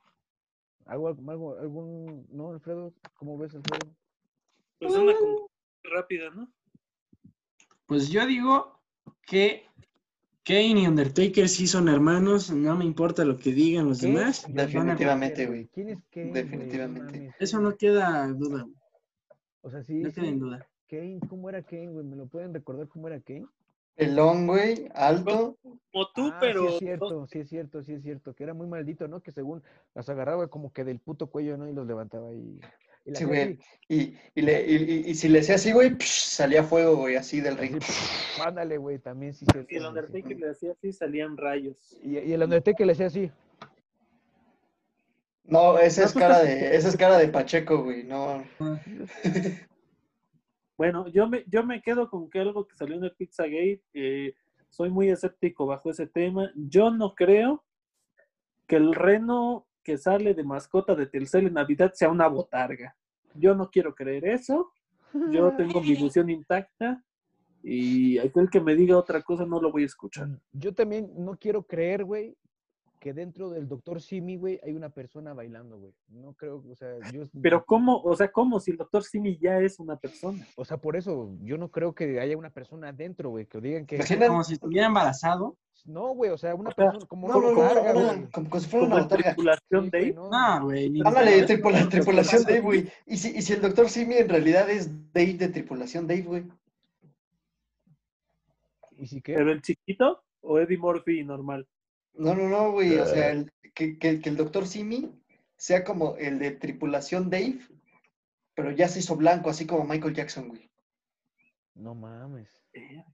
[SPEAKER 3] ¿Algo, algo, algún, no, Alfredo? ¿Cómo ves, Alfredo?
[SPEAKER 6] Pues una conclusión rápida, ¿no?
[SPEAKER 4] Pues yo digo que Kane y Undertaker sí son hermanos, no me importa lo que digan los
[SPEAKER 3] ¿Qué?
[SPEAKER 4] demás.
[SPEAKER 3] Yo
[SPEAKER 4] van a-
[SPEAKER 2] Definitivamente,
[SPEAKER 3] Pero,
[SPEAKER 2] güey.
[SPEAKER 3] ¿Quién es Kane? güey? No
[SPEAKER 2] Definitivamente.
[SPEAKER 3] mames,
[SPEAKER 4] Eso
[SPEAKER 3] güey.
[SPEAKER 4] no queda duda,
[SPEAKER 3] O sea, sí,
[SPEAKER 4] no queda en
[SPEAKER 3] sí,
[SPEAKER 4] duda.
[SPEAKER 3] Kane, ¿cómo era Kane, güey? ¿Me lo pueden recordar cómo era Kane?
[SPEAKER 2] Pelón, güey, alto.
[SPEAKER 6] Como tú,
[SPEAKER 3] Ah,
[SPEAKER 6] pero.
[SPEAKER 3] Sí es cierto, sí es cierto, sí es cierto. Que era muy maldito, ¿no? Que según las agarraba como que del puto cuello, ¿no? Y los levantaba y... y la
[SPEAKER 2] Sí,
[SPEAKER 3] gente
[SPEAKER 2] güey. Y, y, le- y- y- y si le hacía así, güey, psh, salía fuego, güey, así del
[SPEAKER 3] así,
[SPEAKER 2] ring.
[SPEAKER 3] Ándale, güey, también sí es cierto.
[SPEAKER 5] Y el
[SPEAKER 3] güey, sí.
[SPEAKER 5] Undertaker le hacía así salían rayos.
[SPEAKER 3] Y, y el Undertaker le hacía así.
[SPEAKER 2] No, esa es cara de, esa es cara de Pacheco, güey. No.
[SPEAKER 5] Bueno, yo me, yo me quedo con que algo que salió en el Pizzagate, eh, soy muy escéptico bajo ese tema. Yo no creo que el reno que sale de mascota de Telcel en Navidad sea una botarga. Yo no quiero creer eso. Yo tengo mi ilusión intacta y aquel que me diga otra cosa no lo voy a escuchar.
[SPEAKER 3] Yo también no quiero creer, güey, que dentro del doctor Simi, güey, hay una persona bailando, güey. No creo, o sea, yo...
[SPEAKER 5] Pero cómo, o sea, cómo si el doctor Simi ya es una persona.
[SPEAKER 3] O sea, por eso, yo no creo que haya una persona dentro, güey, que digan que...
[SPEAKER 2] Imagina-
[SPEAKER 4] Como si estuviera embarazado.
[SPEAKER 3] No, güey, o sea, una
[SPEAKER 5] sea,
[SPEAKER 3] persona como
[SPEAKER 2] No, no, no, no,
[SPEAKER 3] botarga, güey.
[SPEAKER 2] no, como, como si fuera
[SPEAKER 5] Como
[SPEAKER 2] una
[SPEAKER 5] en
[SPEAKER 2] botarga.
[SPEAKER 5] tripulación
[SPEAKER 3] Sí,
[SPEAKER 5] de
[SPEAKER 3] güey,
[SPEAKER 5] ahí.
[SPEAKER 3] no,
[SPEAKER 4] No,
[SPEAKER 3] güey.
[SPEAKER 4] güey. ni-
[SPEAKER 2] Ándale,
[SPEAKER 4] ni-
[SPEAKER 2] tripu- la
[SPEAKER 4] ni-
[SPEAKER 2] tripulación Dave, güey. ¿Y si, y si el doctor Simi en realidad es Dave de tripulación Dave, güey.
[SPEAKER 3] ¿Y si qué?
[SPEAKER 5] Pero el chiquito o Eddie Murphy normal.
[SPEAKER 2] No, no, no, güey. O sea, el- que, que- que el doctor Simi sea como el de tripulación Dave, pero ya se hizo blanco, así como Michael Jackson, güey.
[SPEAKER 3] No mames.
[SPEAKER 5] Eh,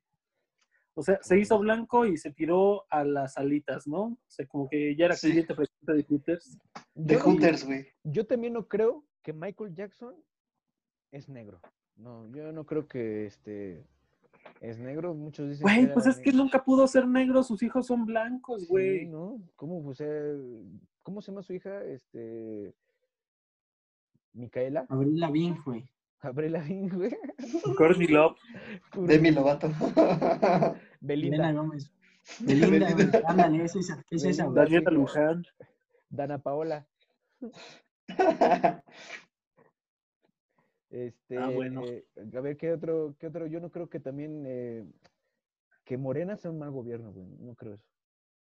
[SPEAKER 5] O sea, se hizo blanco y se tiró a las alitas, ¿no? O sea, como que ya era
[SPEAKER 2] Sí.
[SPEAKER 5] cliente frecuente de Hooters.
[SPEAKER 2] De
[SPEAKER 3] Yo,
[SPEAKER 2] Hooters, güey.
[SPEAKER 3] yo también no creo que Michael Jackson es negro. No, yo no creo que este es negro. Muchos dicen
[SPEAKER 5] Güey,
[SPEAKER 3] era
[SPEAKER 5] pues es que
[SPEAKER 3] negro.
[SPEAKER 5] nunca pudo ser negro, sus hijos son blancos,
[SPEAKER 3] Sí,
[SPEAKER 5] güey.
[SPEAKER 3] ¿no? ¿Cómo, pues, eh, ¿Cómo se llama su hija? Este.
[SPEAKER 5] Ah.
[SPEAKER 3] Micaela.
[SPEAKER 4] Abril Lavigne, güey.
[SPEAKER 3] Abril Lavigne, güey.
[SPEAKER 5] Courtney Love.
[SPEAKER 3] Curry,
[SPEAKER 2] Demi Lovato.
[SPEAKER 4] Elena
[SPEAKER 3] Belinda.
[SPEAKER 4] Gómez. Belinda, güey. Ándale, es esa, es esa, güey.
[SPEAKER 5] Daniela
[SPEAKER 3] sí, güey.
[SPEAKER 5] Luján.
[SPEAKER 3] Dana Paola. Este,
[SPEAKER 5] Ah, bueno.
[SPEAKER 3] eh, a ver, ¿qué otro, qué otro? Yo no creo que también eh, que Morena sea un mal gobierno, güey. No creo eso.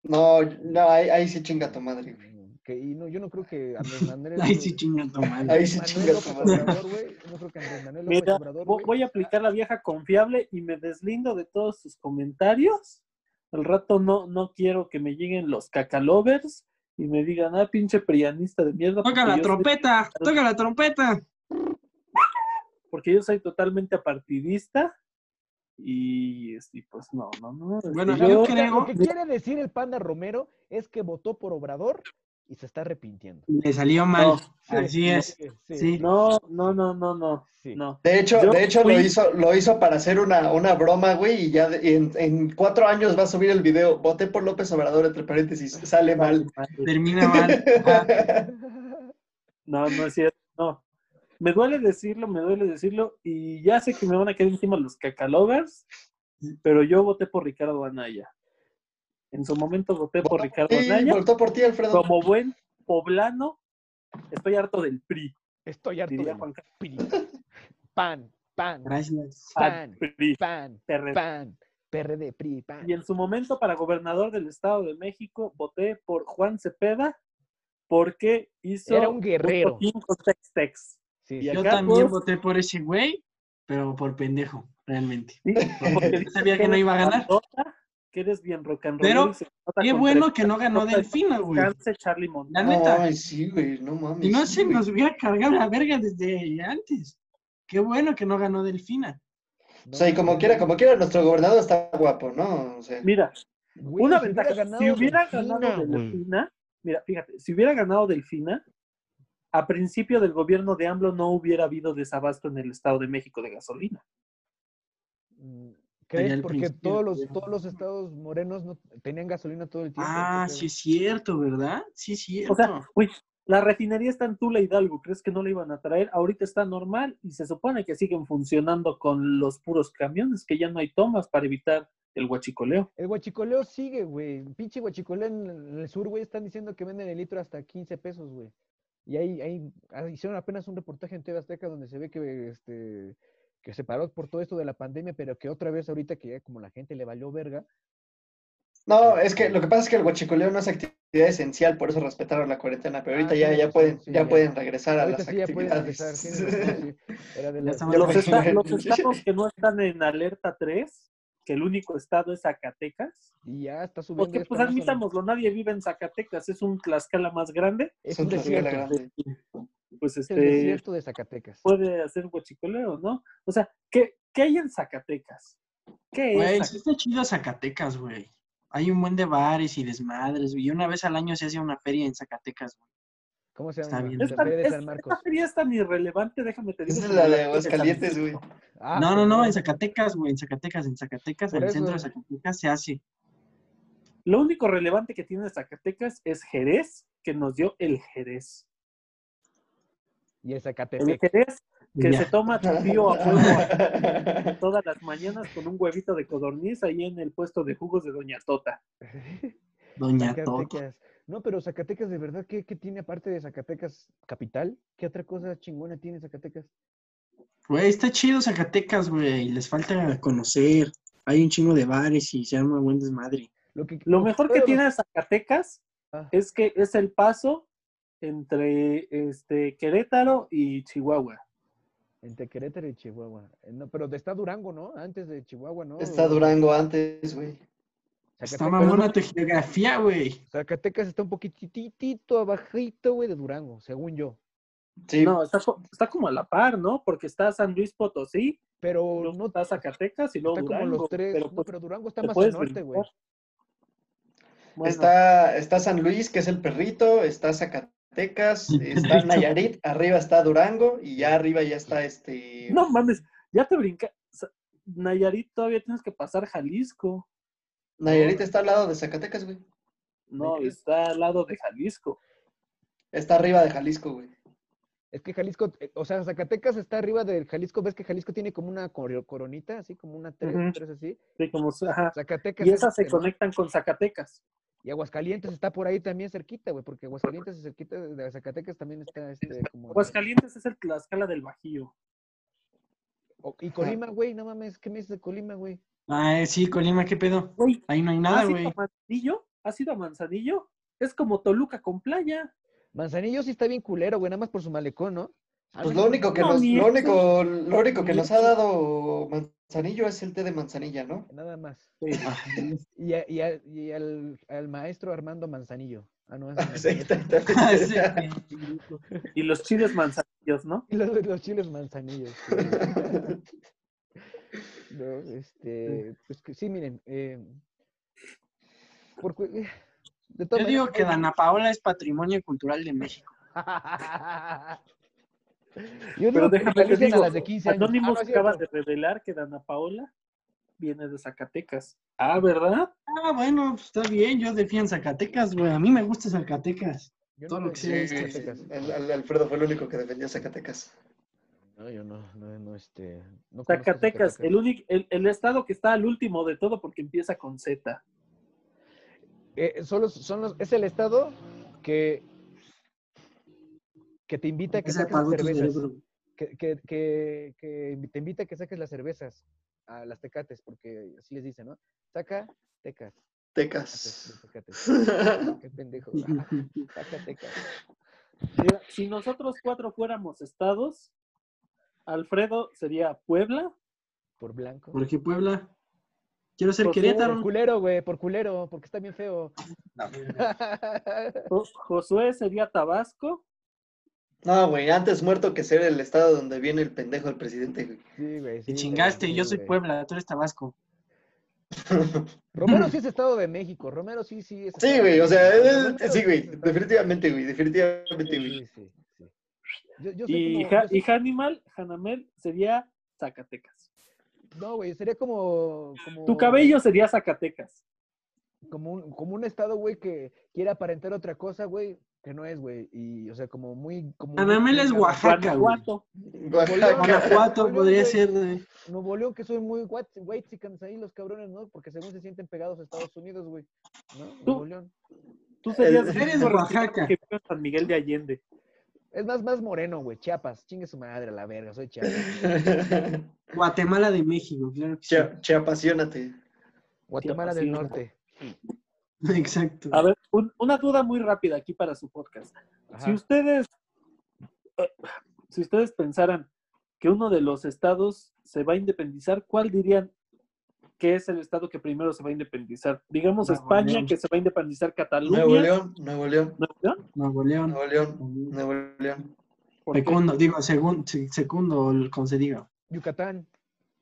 [SPEAKER 2] no, no, ahí, ahí sí chinga tu madre, güey.
[SPEAKER 3] Mm, Que, y no, yo no creo que Andrés Manuel.
[SPEAKER 4] Ay, sí, chinga tu madre.
[SPEAKER 2] Ahí sí chinga
[SPEAKER 3] Manuel
[SPEAKER 2] tu
[SPEAKER 3] López
[SPEAKER 2] madre.
[SPEAKER 3] Obrador, güey. pues, No creo que Andrés Manuel López
[SPEAKER 5] Mira,
[SPEAKER 3] Obrador,
[SPEAKER 5] vo-
[SPEAKER 3] güey.
[SPEAKER 5] voy a aplicar la vieja confiable y me deslindo de todos sus comentarios. Al rato no, no quiero que me lleguen los cacalovers y me digan, ah, pinche prianista de mierda.
[SPEAKER 4] Toca
[SPEAKER 5] porque
[SPEAKER 4] la
[SPEAKER 5] yo soy-
[SPEAKER 4] trompeta, toca la trompeta.
[SPEAKER 5] porque yo soy totalmente apartidista y este, pues no, no, no. este,
[SPEAKER 4] Bueno,
[SPEAKER 3] Lo que
[SPEAKER 4] yo
[SPEAKER 5] yo,
[SPEAKER 3] quiere- Lo
[SPEAKER 4] creo-
[SPEAKER 3] que quiere decir el panda Romero es que votó por Obrador y se está arrepintiendo.
[SPEAKER 4] Le salió mal.
[SPEAKER 3] Sí,
[SPEAKER 4] Así
[SPEAKER 3] sí,
[SPEAKER 4] es.
[SPEAKER 3] Sí.
[SPEAKER 4] Sí.
[SPEAKER 5] no, no, no, no, no,
[SPEAKER 3] sí.
[SPEAKER 5] no.
[SPEAKER 2] De hecho,
[SPEAKER 5] Yo
[SPEAKER 2] de hecho lo,
[SPEAKER 5] fui-
[SPEAKER 2] hizo, lo hizo para hacer una, una broma, güey, y ya de- en, en cuatro años va a subir el video. Voté por López Obrador, entre paréntesis, sale mal.
[SPEAKER 4] Termina mal. Ah, Ajá.
[SPEAKER 5] No, no es cierto, no. Me duele decirlo, me duele decirlo, y ya sé que me van a quedar encima los cacalovers, pero yo voté por Ricardo Anaya. En su momento voté por Ricardo
[SPEAKER 2] Sí,
[SPEAKER 5] Anaya.
[SPEAKER 2] votó por ti, Alfredo.
[SPEAKER 5] Como buen poblano, estoy harto del PRI,
[SPEAKER 3] Estoy harto
[SPEAKER 5] diría
[SPEAKER 3] del
[SPEAKER 5] Juan Carlos.
[SPEAKER 3] PRI. Pan, pan,
[SPEAKER 4] Gracias.
[SPEAKER 5] al
[SPEAKER 3] pan,
[SPEAKER 5] PRI,
[SPEAKER 3] pan,
[SPEAKER 5] PRD.
[SPEAKER 3] pan, PRD, PRI, PAN.
[SPEAKER 5] Y en su momento para gobernador del Estado de México voté por Juan Cepeda porque hizo
[SPEAKER 3] Era un guerrero.
[SPEAKER 5] 5 tex tex.
[SPEAKER 3] Sí,
[SPEAKER 5] Y
[SPEAKER 3] sí.
[SPEAKER 4] Yo
[SPEAKER 5] acá,
[SPEAKER 4] también
[SPEAKER 5] pues-
[SPEAKER 4] voté por ese güey, pero por pendejo, realmente.
[SPEAKER 5] ¿sí? Porque
[SPEAKER 4] Yo sabía que no iba a ganar.
[SPEAKER 5] Nota, que eres bien rock and roll.
[SPEAKER 4] Pero,
[SPEAKER 5] y se nota
[SPEAKER 4] Qué
[SPEAKER 5] con
[SPEAKER 4] bueno
[SPEAKER 5] tres-
[SPEAKER 4] que no ganó
[SPEAKER 5] nota-
[SPEAKER 4] Delfina, güey.
[SPEAKER 5] Descanse Charlie Montana.
[SPEAKER 4] La neta.
[SPEAKER 2] Ay, sí, güey, no mames.
[SPEAKER 4] Si no
[SPEAKER 2] sí,
[SPEAKER 4] se
[SPEAKER 2] güey.
[SPEAKER 4] nos hubiera cargado la verga desde antes. Qué bueno que no ganó Delfina.
[SPEAKER 2] O sea, y como quiera, como quiera, nuestro gobernador está guapo, ¿no? O sea,
[SPEAKER 5] Mira,
[SPEAKER 3] Güey,
[SPEAKER 5] una
[SPEAKER 3] si hubiera
[SPEAKER 5] ventaja.
[SPEAKER 3] ganado
[SPEAKER 5] si hubiera
[SPEAKER 3] Delfina,
[SPEAKER 5] ganado
[SPEAKER 3] güey.
[SPEAKER 5] Delfina, mira, fíjate, si hubiera ganado Delfina, a principio del gobierno de AMLO no hubiera habido desabasto en el Estado de México de gasolina.
[SPEAKER 3] Mm,
[SPEAKER 4] Allá
[SPEAKER 3] ¿Crees?
[SPEAKER 4] al
[SPEAKER 3] Porque
[SPEAKER 4] principio
[SPEAKER 3] todos los,
[SPEAKER 4] tuvieron-
[SPEAKER 3] todos los estados morenos no tenían gasolina todo el tiempo.
[SPEAKER 4] Ah,
[SPEAKER 3] ¿qué
[SPEAKER 4] sí es cierto, ¿verdad? Sí es cierto.
[SPEAKER 5] O sea, uy, la refinería está en Tula Hidalgo, ¿crees que no la iban a traer? Ahorita está normal y se supone que siguen funcionando con los puros camiones, que ya no hay tomas para evitar el huachicoleo.
[SPEAKER 3] El huachicoleo sigue, güey. Pinche huachicoleo en en el sur, güey. Están diciendo que venden el litro hasta 15 pesos, güey. Y ahí, ahí ah, hicieron apenas un reportaje en TV Azteca donde se ve que, este, que se paró por todo esto de la pandemia, pero que otra vez ahorita que ya como la gente le valió verga.
[SPEAKER 2] no, es que lo que pasa es que el huachicoleo no es actividad esencial, por eso respetaron la cuarentena, pero ahorita
[SPEAKER 3] Ah,
[SPEAKER 2] ya,
[SPEAKER 3] tienes
[SPEAKER 2] ya,
[SPEAKER 3] razón,
[SPEAKER 2] pueden,
[SPEAKER 3] sí,
[SPEAKER 2] ya
[SPEAKER 3] ya.
[SPEAKER 2] pueden regresar a
[SPEAKER 3] ahorita
[SPEAKER 2] las
[SPEAKER 3] sí ya puedes
[SPEAKER 2] actividades.
[SPEAKER 3] regresar. tienes razón, sí. Era de
[SPEAKER 4] Ya
[SPEAKER 3] las-
[SPEAKER 4] estamos-
[SPEAKER 5] Los,
[SPEAKER 2] Pero-
[SPEAKER 5] esta- los estados que no están en alerta 3, que el único estado es Zacatecas,
[SPEAKER 3] Y ya está subiendo.
[SPEAKER 5] porque
[SPEAKER 3] ya
[SPEAKER 5] pues
[SPEAKER 3] está más o-
[SPEAKER 5] admitámoslo, nadie vive en Zacatecas, es un Tlaxcala más grande,
[SPEAKER 3] Es
[SPEAKER 2] Son
[SPEAKER 3] un
[SPEAKER 2] Tlaxcala
[SPEAKER 3] desierto.
[SPEAKER 2] grande.
[SPEAKER 5] pues
[SPEAKER 3] Es el
[SPEAKER 5] este,
[SPEAKER 3] desierto de Zacatecas.
[SPEAKER 4] Pues,
[SPEAKER 5] puede hacer huachicoleo, ¿no? O sea, ¿qué, qué hay en Zacatecas? ¿Qué es
[SPEAKER 4] Güey,
[SPEAKER 5] Zacatecas?
[SPEAKER 4] sí está chido Zacatecas, güey. Hay un buen de bares y desmadres, güey. Y una vez al año se hace una feria en Zacatecas, güey.
[SPEAKER 3] ¿Cómo se
[SPEAKER 4] Está
[SPEAKER 3] llama?
[SPEAKER 4] bien.
[SPEAKER 3] La
[SPEAKER 5] Es tan-
[SPEAKER 3] feria de
[SPEAKER 5] es-
[SPEAKER 3] San Marcos.
[SPEAKER 5] Esta feria es tan irrelevante, déjame te digo.
[SPEAKER 2] Esa es
[SPEAKER 5] que
[SPEAKER 2] la de
[SPEAKER 5] Zacatecas
[SPEAKER 2] Aguascalientes, güey.
[SPEAKER 3] Ah,
[SPEAKER 4] no, no, no,
[SPEAKER 3] perdón.
[SPEAKER 4] en Zacatecas, güey. En Zacatecas, en Zacatecas,
[SPEAKER 3] Por
[SPEAKER 4] en el
[SPEAKER 3] eso.
[SPEAKER 4] centro de Zacatecas se hace.
[SPEAKER 5] Lo único relevante que tiene Zacatecas es Jerez, que nos dio el Jerez.
[SPEAKER 3] Y en
[SPEAKER 5] El
[SPEAKER 3] Zacatepec.
[SPEAKER 5] Jerez que
[SPEAKER 4] Ya.
[SPEAKER 5] se toma tu tío a fuego todas las mañanas con un huevito de codorniz ahí en el puesto de jugos de Doña Tota.
[SPEAKER 4] Doña Tota.
[SPEAKER 3] Zacatecas. No, pero Zacatecas, de verdad, ¿qué, qué tiene aparte de Zacatecas capital? ¿Qué otra cosa chingona tiene Zacatecas?
[SPEAKER 4] Güey, está chido Zacatecas, güey. Les falta conocer. Hay un chingo de bares y se arma buen desmadre.
[SPEAKER 3] Lo, que,
[SPEAKER 5] Lo mejor que
[SPEAKER 3] todos los-
[SPEAKER 5] tiene Zacatecas
[SPEAKER 3] Ah.
[SPEAKER 5] es que es el paso entre este, Querétaro y Chihuahua.
[SPEAKER 3] Entre Querétaro y Chihuahua. Eh, No, pero de- está Durango, ¿no? Antes de Chihuahua, ¿no?
[SPEAKER 2] Está Durango antes, güey.
[SPEAKER 3] Zacatecas,
[SPEAKER 4] Está mamona tu geografía, güey.
[SPEAKER 3] Zacatecas está un poquitito abajito, güey, de Durango, según yo.
[SPEAKER 2] Sí,
[SPEAKER 5] No, está, co- está como a la par, ¿no? Porque está San Luis Potosí,
[SPEAKER 3] Pero
[SPEAKER 5] luego
[SPEAKER 3] no
[SPEAKER 5] está Zacatecas y luego
[SPEAKER 3] está como
[SPEAKER 5] Durango.
[SPEAKER 3] los tres.
[SPEAKER 5] pero
[SPEAKER 3] no,
[SPEAKER 5] pues,
[SPEAKER 3] pero Durango está
[SPEAKER 5] te
[SPEAKER 3] más al
[SPEAKER 5] puedes
[SPEAKER 3] norte, güey.
[SPEAKER 5] brincar. Bueno,
[SPEAKER 2] Está, está San Luis, que es el perrito, está Zacatecas,
[SPEAKER 4] El
[SPEAKER 2] está
[SPEAKER 4] perrito.
[SPEAKER 2] Nayarit, arriba está Durango y ya arriba ya está este...
[SPEAKER 5] No mames, ya te brinca. Sa- Nayarit todavía tienes que pasar Jalisco.
[SPEAKER 2] Nayarit está al lado de Zacatecas, güey.
[SPEAKER 5] No,
[SPEAKER 3] ¿De qué?
[SPEAKER 5] está al lado de Jalisco.
[SPEAKER 2] Está arriba de Jalisco, güey.
[SPEAKER 3] Es que Jalisco, eh, o sea, Zacatecas está arriba del Jalisco. ¿Ves que Jalisco tiene como una coro- coronita, así como una tres,
[SPEAKER 5] Ujú.
[SPEAKER 3] tres así?
[SPEAKER 5] Sí, como su- ajá.
[SPEAKER 3] Zacatecas
[SPEAKER 5] Y
[SPEAKER 3] es
[SPEAKER 5] esas se
[SPEAKER 3] hermano-
[SPEAKER 5] conectan con Zacatecas.
[SPEAKER 3] Y Aguascalientes está por ahí también cerquita, güey, porque Aguascalientes es cerquita de de Zacatecas también está este como.
[SPEAKER 5] Aguascalientes es el Tlaxcala del Bajío.
[SPEAKER 3] O- y Colima, güey, no mames, ¿qué me dices de Colima, güey?
[SPEAKER 4] Ah, eh, sí, Colima, ¿qué pedo?
[SPEAKER 5] Güey,
[SPEAKER 4] Ahí no hay nada,
[SPEAKER 5] ¿has ido
[SPEAKER 4] güey.
[SPEAKER 5] a Manzanillo? ¿Has ido a Manzanillo? Es como Toluca con playa.
[SPEAKER 3] Manzanillo sí está bien culero, güey, nada más por su malecón, ¿no? Ah,
[SPEAKER 2] Pues
[SPEAKER 3] no,
[SPEAKER 2] lo único que
[SPEAKER 5] no,
[SPEAKER 2] nos,
[SPEAKER 5] ni
[SPEAKER 2] lo
[SPEAKER 5] eso.
[SPEAKER 2] único, lo único que
[SPEAKER 5] Ni
[SPEAKER 2] nos ha dado Manzanillo es el té de manzanilla, ¿no?
[SPEAKER 3] Nada más.
[SPEAKER 4] Ah,
[SPEAKER 3] Y, a- y a- y al, al maestro Armando Manzanillo. Ah, no, es Manzanillo.
[SPEAKER 2] pues,
[SPEAKER 4] sí.
[SPEAKER 5] Y los chiles manzanillos, ¿no?
[SPEAKER 3] Y los, los chiles manzanillos. sí. No, este, pues que sí, miren. eh, por cu- eh, de todas
[SPEAKER 4] Yo digo
[SPEAKER 3] maneras,
[SPEAKER 4] que
[SPEAKER 3] hoy-
[SPEAKER 4] Dana Paola es patrimonio cultural de México.
[SPEAKER 3] Yo
[SPEAKER 5] Pero
[SPEAKER 3] digo que
[SPEAKER 5] déjame te
[SPEAKER 3] legalicen a
[SPEAKER 5] digo,
[SPEAKER 3] las de 15 años.
[SPEAKER 5] Anónimos
[SPEAKER 3] Ah, no es
[SPEAKER 5] acaba
[SPEAKER 3] cierto.
[SPEAKER 5] de revelar que Dana Paola viene de Zacatecas. Ah, ¿verdad?
[SPEAKER 4] Ah, bueno, pues, está bien, yo defiendo Zacatecas, güey. A mí me gusta Zacatecas.
[SPEAKER 3] Yo
[SPEAKER 4] todo
[SPEAKER 3] no
[SPEAKER 4] lo que sea
[SPEAKER 3] defiendo
[SPEAKER 4] este.
[SPEAKER 3] Zacatecas.
[SPEAKER 2] Al- al- Alfredo fue el único que defendió Zacatecas.
[SPEAKER 3] No, yo no, no, no, este. no conozco
[SPEAKER 5] Zacatecas, el, único, el, el estado que está al último de todo porque empieza con Z.
[SPEAKER 3] Eh, son los- son los- es el estado que, que te invita a que
[SPEAKER 4] Ese
[SPEAKER 3] saques las
[SPEAKER 4] apagó tu
[SPEAKER 3] cervezas.
[SPEAKER 4] cerebro.
[SPEAKER 3] Que, que- que- que te invita a que saques las cervezas. a las tecates, porque así les dicen, ¿no? Saca tecas.
[SPEAKER 2] Tecas.
[SPEAKER 3] Antes de tecates. Qué pendejo. Ah, Saca tecas.
[SPEAKER 5] Mira, si nosotros cuatro fuéramos estados, Alfredo sería Puebla.
[SPEAKER 3] Por blanco.
[SPEAKER 4] Porque Puebla. Quiero ser
[SPEAKER 3] Por
[SPEAKER 4] Querétaro.
[SPEAKER 3] culero, güey, por culero, porque está bien feo.
[SPEAKER 5] Jo- Josué sería Tabasco.
[SPEAKER 2] No, güey, antes muerto que ser el estado donde viene el pendejo del presidente, güey.
[SPEAKER 3] Sí, güey. sí,
[SPEAKER 4] Te
[SPEAKER 3] güey,
[SPEAKER 4] chingaste,
[SPEAKER 3] sí,
[SPEAKER 4] yo soy
[SPEAKER 3] güey.
[SPEAKER 4] Puebla, tú eres Tabasco.
[SPEAKER 3] Romero sí es Estado de México. Romero sí, sí es.
[SPEAKER 2] Sí,
[SPEAKER 3] Estado
[SPEAKER 2] güey,
[SPEAKER 3] de
[SPEAKER 2] o sea,
[SPEAKER 3] México.
[SPEAKER 2] es-
[SPEAKER 3] Romero
[SPEAKER 2] sí,
[SPEAKER 3] es
[SPEAKER 2] güey,
[SPEAKER 3] Estado de
[SPEAKER 2] definitivamente, güey, definitivamente,
[SPEAKER 3] México.
[SPEAKER 2] güey.
[SPEAKER 3] Sí, sí, sí. Yo, yo soy
[SPEAKER 5] Y,
[SPEAKER 3] como-
[SPEAKER 5] Ja-
[SPEAKER 3] yo soy-
[SPEAKER 5] y Hannibal, Hanamel sería Zacatecas.
[SPEAKER 3] No, güey, sería como. como
[SPEAKER 5] Tu cabello sería Zacatecas.
[SPEAKER 3] Como un, como un Estado, güey, que quiere aparentar otra cosa, güey, que no es, güey. Y, o sea, como muy. Como muy
[SPEAKER 4] Anamel es
[SPEAKER 3] complicado.
[SPEAKER 4] Oaxaca, güey.
[SPEAKER 5] Guanajuato.
[SPEAKER 2] Oaxaca.
[SPEAKER 4] Guanajuato
[SPEAKER 3] Oaxaca,
[SPEAKER 4] podría
[SPEAKER 3] güey.
[SPEAKER 4] ser. eh,
[SPEAKER 3] Nuevo León, que soy muy white chickens ahí, los cabrones, ¿no? Porque según se sienten pegados a Estados Unidos, güey. ¿No? Nuevo León.
[SPEAKER 5] Tú serías
[SPEAKER 2] Eres
[SPEAKER 4] de Oaxaca.
[SPEAKER 5] que vive en San Miguel de Allende.
[SPEAKER 3] Es más, más moreno, güey. Chiapas. Chingue su madre, a la verga. Soy Chiapas.
[SPEAKER 4] Guatemala de México, claro que sí.
[SPEAKER 2] Chia- Chiapasionate.
[SPEAKER 3] Guatemala del
[SPEAKER 5] Chiapas, sí,
[SPEAKER 3] Norte.
[SPEAKER 4] Exacto.
[SPEAKER 5] A ver, un- una duda muy rápida aquí para su podcast. Si
[SPEAKER 3] Ajá.
[SPEAKER 5] ustedes, eh, si ustedes pensaran que uno de los estados se va a independizar, ¿cuál dirían que es el estado que primero se va a independizar? Digamos
[SPEAKER 4] Nuevo
[SPEAKER 5] España,
[SPEAKER 4] León.
[SPEAKER 5] que se va a independizar Cataluña.
[SPEAKER 2] Nuevo León, Nuevo León,
[SPEAKER 5] ¿Nuevo León?
[SPEAKER 4] Nuevo León.
[SPEAKER 2] Nuevo León, Nuevo León.
[SPEAKER 5] ¿Por qué?
[SPEAKER 4] Fecundo, digo, segun- se- segundo, el concedido.
[SPEAKER 3] Yucatán.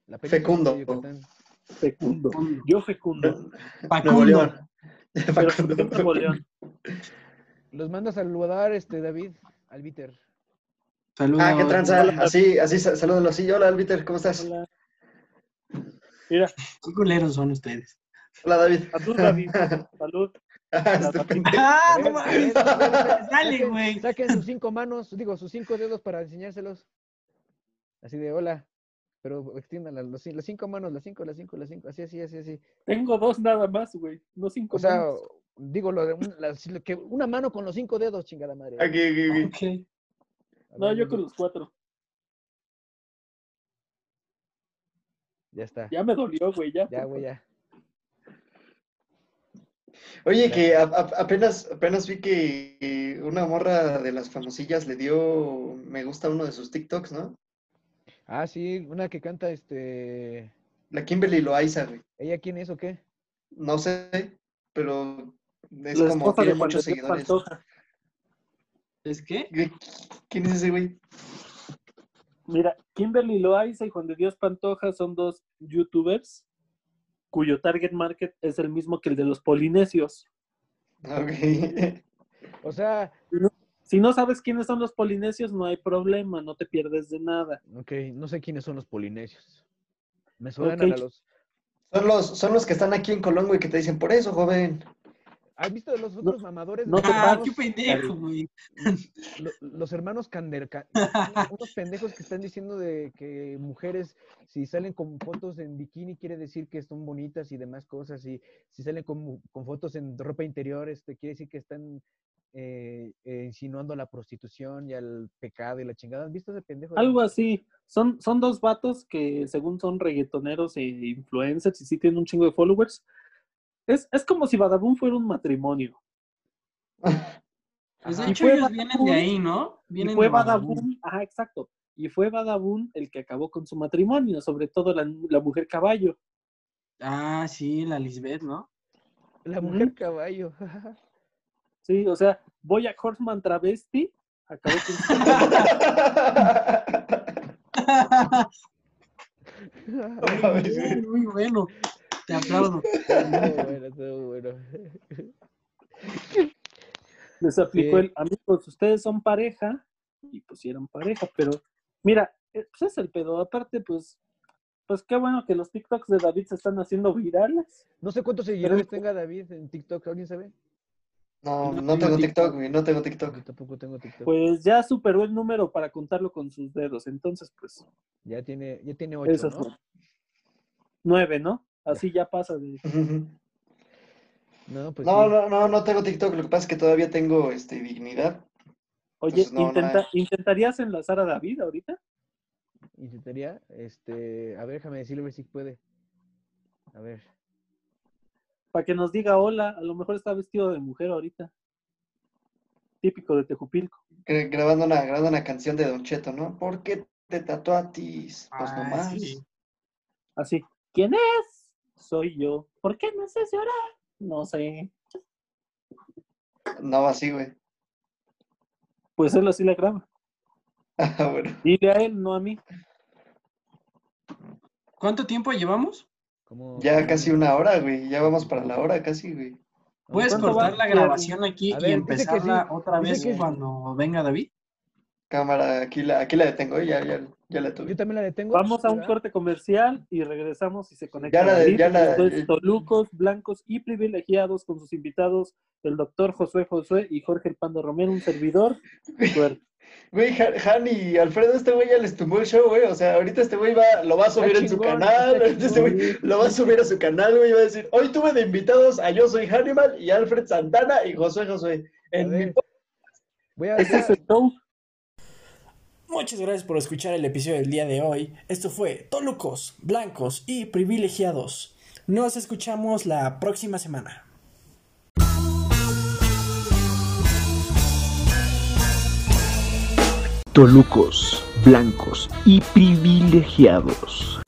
[SPEAKER 3] La península de
[SPEAKER 2] Fecundo.
[SPEAKER 3] Yucatán.
[SPEAKER 5] Fecundo. Yo fecundo.
[SPEAKER 2] Nuevo
[SPEAKER 4] Facundo.
[SPEAKER 2] León.
[SPEAKER 5] Pero ¿por qué Nuevo
[SPEAKER 2] Facundo.
[SPEAKER 5] León?
[SPEAKER 3] Los manda a saludar, este, David, al Bitter.
[SPEAKER 4] Saluda
[SPEAKER 2] Ah, qué
[SPEAKER 4] a-
[SPEAKER 2] tranza. Así, así, sa- salúdalo así. Hola, Albiter, ¿cómo estás?
[SPEAKER 5] Hola. Mira,
[SPEAKER 4] Qué culeros son ustedes.
[SPEAKER 2] Hola, David.
[SPEAKER 5] salud, David. Salud.
[SPEAKER 2] Ah, este pendejo.
[SPEAKER 4] ¡Ah,
[SPEAKER 3] no
[SPEAKER 4] no
[SPEAKER 3] mames!
[SPEAKER 4] mames!
[SPEAKER 3] Saquen-
[SPEAKER 4] ¡Dale, güey!
[SPEAKER 3] Saquen sus cinco manos, digo, sus cinco dedos para enseñárselos. Así de hola. Pero extiéndanlas, los, cin- las cinco manos, las cinco, las cinco, las cinco, así, así, así, así.
[SPEAKER 5] Tengo dos nada más, güey. No cinco.
[SPEAKER 3] O sea,
[SPEAKER 5] menos.
[SPEAKER 3] digo, lo de un- las- lo que, una mano con los cinco dedos, chingada madre.
[SPEAKER 2] Aquí, aquí, aquí.
[SPEAKER 4] Ok.
[SPEAKER 3] A
[SPEAKER 5] no,
[SPEAKER 3] ver,
[SPEAKER 5] yo
[SPEAKER 3] ven,
[SPEAKER 5] con los cuatro.
[SPEAKER 3] Ya está.
[SPEAKER 5] Ya me dolió, güey. Ya.
[SPEAKER 3] Ya, güey, ya.
[SPEAKER 2] Oye, que a- a- apenas, apenas vi que que una morra de las famosillas le dio me gusta a uno de sus TikToks, ¿no?
[SPEAKER 3] Ah, sí, una que canta, este...
[SPEAKER 2] La Kimberly Loaiza, güey.
[SPEAKER 3] ¿Ella quién es o qué?
[SPEAKER 2] No sé, pero es
[SPEAKER 5] La
[SPEAKER 2] como
[SPEAKER 5] esposa de
[SPEAKER 2] tiene
[SPEAKER 5] Juan
[SPEAKER 2] muchos
[SPEAKER 5] de Dios
[SPEAKER 2] seguidores.
[SPEAKER 5] Pantoja.
[SPEAKER 4] ¿Es qué?
[SPEAKER 2] Güey, ¿Quién es ese güey?
[SPEAKER 5] Mira, Kimberly Loaiza y Juan de Dios Pantoja son dos youtubers cuyo target market es el mismo que el de los polinesios.
[SPEAKER 2] Ok.
[SPEAKER 3] O sea,
[SPEAKER 5] Si no sabes quiénes son los polinesios, no hay problema, no te pierdes de nada.
[SPEAKER 3] ok, no sé quiénes son los polinesios. Me suenan a
[SPEAKER 5] Ok.
[SPEAKER 3] los...
[SPEAKER 2] Son los, son los que están aquí en Colón, güey, que te dicen, por eso, joven.
[SPEAKER 3] ¿Has visto los otros mamadores?
[SPEAKER 5] no
[SPEAKER 3] de
[SPEAKER 5] te
[SPEAKER 3] los
[SPEAKER 4] ¡Ah,
[SPEAKER 5] vamos,
[SPEAKER 4] qué pendejo, güey!
[SPEAKER 3] Lo- los hermanos Cander, ca- unos- unos pendejos que están diciendo de que mujeres, si salen con fotos en bikini, quiere decir que son bonitas y demás cosas, y si salen con, mu- con fotos en ropa interior, este, quiere decir que están eh, eh, insinuando a la prostitución y al pecado y la chingada. ¿Has visto ese pendejo? de-
[SPEAKER 5] Algo así. Son, son dos vatos que según son reggaetoneros e influencers y sí tienen un chingo de followers. Es, es como si Badabun fuera un matrimonio.
[SPEAKER 4] Pues
[SPEAKER 3] Ajá.
[SPEAKER 4] de hecho,
[SPEAKER 5] fue
[SPEAKER 4] ellos
[SPEAKER 5] Badabun.
[SPEAKER 4] vienen de ahí, ¿no? Vienen
[SPEAKER 5] y fue
[SPEAKER 4] de Badabun.
[SPEAKER 5] Badabun, ajá, exacto. Y fue Badabun el que acabó con su matrimonio, sobre todo la, la mujer caballo.
[SPEAKER 4] Ah, sí, la Lisbeth, ¿no?
[SPEAKER 3] La mujer caballo.
[SPEAKER 5] Sí, o sea, Boya Horseman travesti acabó con su
[SPEAKER 2] No mames, güey.
[SPEAKER 4] Muy, muy bueno. Te aplaudo.
[SPEAKER 3] Estuvo bueno, estuvo bueno.
[SPEAKER 5] Les aplicó
[SPEAKER 3] Sí.
[SPEAKER 5] el, amigos, ustedes son pareja, y pues sí eran pareja, pero mira, eh, pues es el pedo. Aparte, pues, pues qué bueno que los TikToks de David se están haciendo virales.
[SPEAKER 3] No sé cuántos seguidores tenga David en TikTok, ¿alguien sabe?
[SPEAKER 2] No, no tengo TikTok, güey, no tengo TikTok.
[SPEAKER 3] Yo tampoco tengo TikTok.
[SPEAKER 5] Pues ya superó el número para contarlo con sus dedos. Entonces, pues,
[SPEAKER 3] ya tiene, ya tiene ocho,
[SPEAKER 5] esas
[SPEAKER 3] ¿no?
[SPEAKER 5] son. Nueve, ¿no? Así ya pasa de
[SPEAKER 3] No, pues
[SPEAKER 2] No,
[SPEAKER 3] sí.
[SPEAKER 2] no, no, no tengo TikTok. Lo que pasa es que todavía tengo este, dignidad.
[SPEAKER 5] Oye,
[SPEAKER 2] Entonces, no, no
[SPEAKER 5] intenta-
[SPEAKER 2] hay.
[SPEAKER 5] ¿intentarías enlazar a David ahorita?
[SPEAKER 3] Intentaría, este, a ver, déjame decirle a ver si puede. A ver.
[SPEAKER 5] Para que nos diga hola, a lo mejor está vestido de mujer ahorita. Típico de Tejupilco.
[SPEAKER 2] Gra- grabando, una, grabando una canción de Don Cheto, ¿no? ¿Por qué te tatuatis? Pues
[SPEAKER 3] Ah,
[SPEAKER 5] Ah,
[SPEAKER 2] nomás.
[SPEAKER 5] Así. ¿Quién es? Soy yo. ¿Por qué me haces llorar? No sé.
[SPEAKER 2] No, así, güey.
[SPEAKER 5] Pues él así la graba.
[SPEAKER 2] Ah, bueno.
[SPEAKER 5] Dile a él, no a mí.
[SPEAKER 4] ¿Cuánto tiempo llevamos?
[SPEAKER 3] Como,
[SPEAKER 2] Ya casi una hora, güey. Ya vamos para la hora casi, güey.
[SPEAKER 4] ¿Puedes
[SPEAKER 5] ¿Cuánto
[SPEAKER 4] cortar
[SPEAKER 5] va?
[SPEAKER 4] la grabación aquí
[SPEAKER 3] A ver,
[SPEAKER 4] y
[SPEAKER 3] dice que
[SPEAKER 4] empezarla
[SPEAKER 3] sí,
[SPEAKER 4] otra
[SPEAKER 3] dice
[SPEAKER 4] vez
[SPEAKER 3] que sí.
[SPEAKER 4] cuando venga David?
[SPEAKER 2] Cámara, aquí la, aquí la detengo, ¿eh? ya, ya, ya la
[SPEAKER 3] Yo
[SPEAKER 2] tuve.
[SPEAKER 3] también la detengo. Ah,
[SPEAKER 5] Vamos a un
[SPEAKER 3] ¿verdad?
[SPEAKER 5] corte comercial y regresamos y se conecta.
[SPEAKER 2] Ya la de-
[SPEAKER 5] David.
[SPEAKER 2] ya la-
[SPEAKER 5] Esto es Tolucos, blancos y privilegiados con sus invitados, el doctor Josué Josué y Jorge el Pando Romero, un servidor. Suerte.
[SPEAKER 2] Güey, Ja- Han y Alfredo, este güey ya les tumbó el show, güey. O sea, ahorita este güey va, lo va a subir en su
[SPEAKER 3] chingón,
[SPEAKER 2] canal.
[SPEAKER 3] está
[SPEAKER 2] ahorita Este
[SPEAKER 3] chingón.
[SPEAKER 2] güey lo va a subir a su canal, güey. y Va a decir, hoy tuve de invitados a Yo Soy Hannibal y Alfred Santana y Josué Josué.
[SPEAKER 3] A
[SPEAKER 2] En mi
[SPEAKER 3] ver. Voy a
[SPEAKER 5] Este es el show.
[SPEAKER 8] Muchas gracias por escuchar el episodio del día de hoy. Esto fue Tolucos, Blancos y Privilegiados. Nos escuchamos la próxima semana.
[SPEAKER 1] Tolucos, blancos y privilegiados.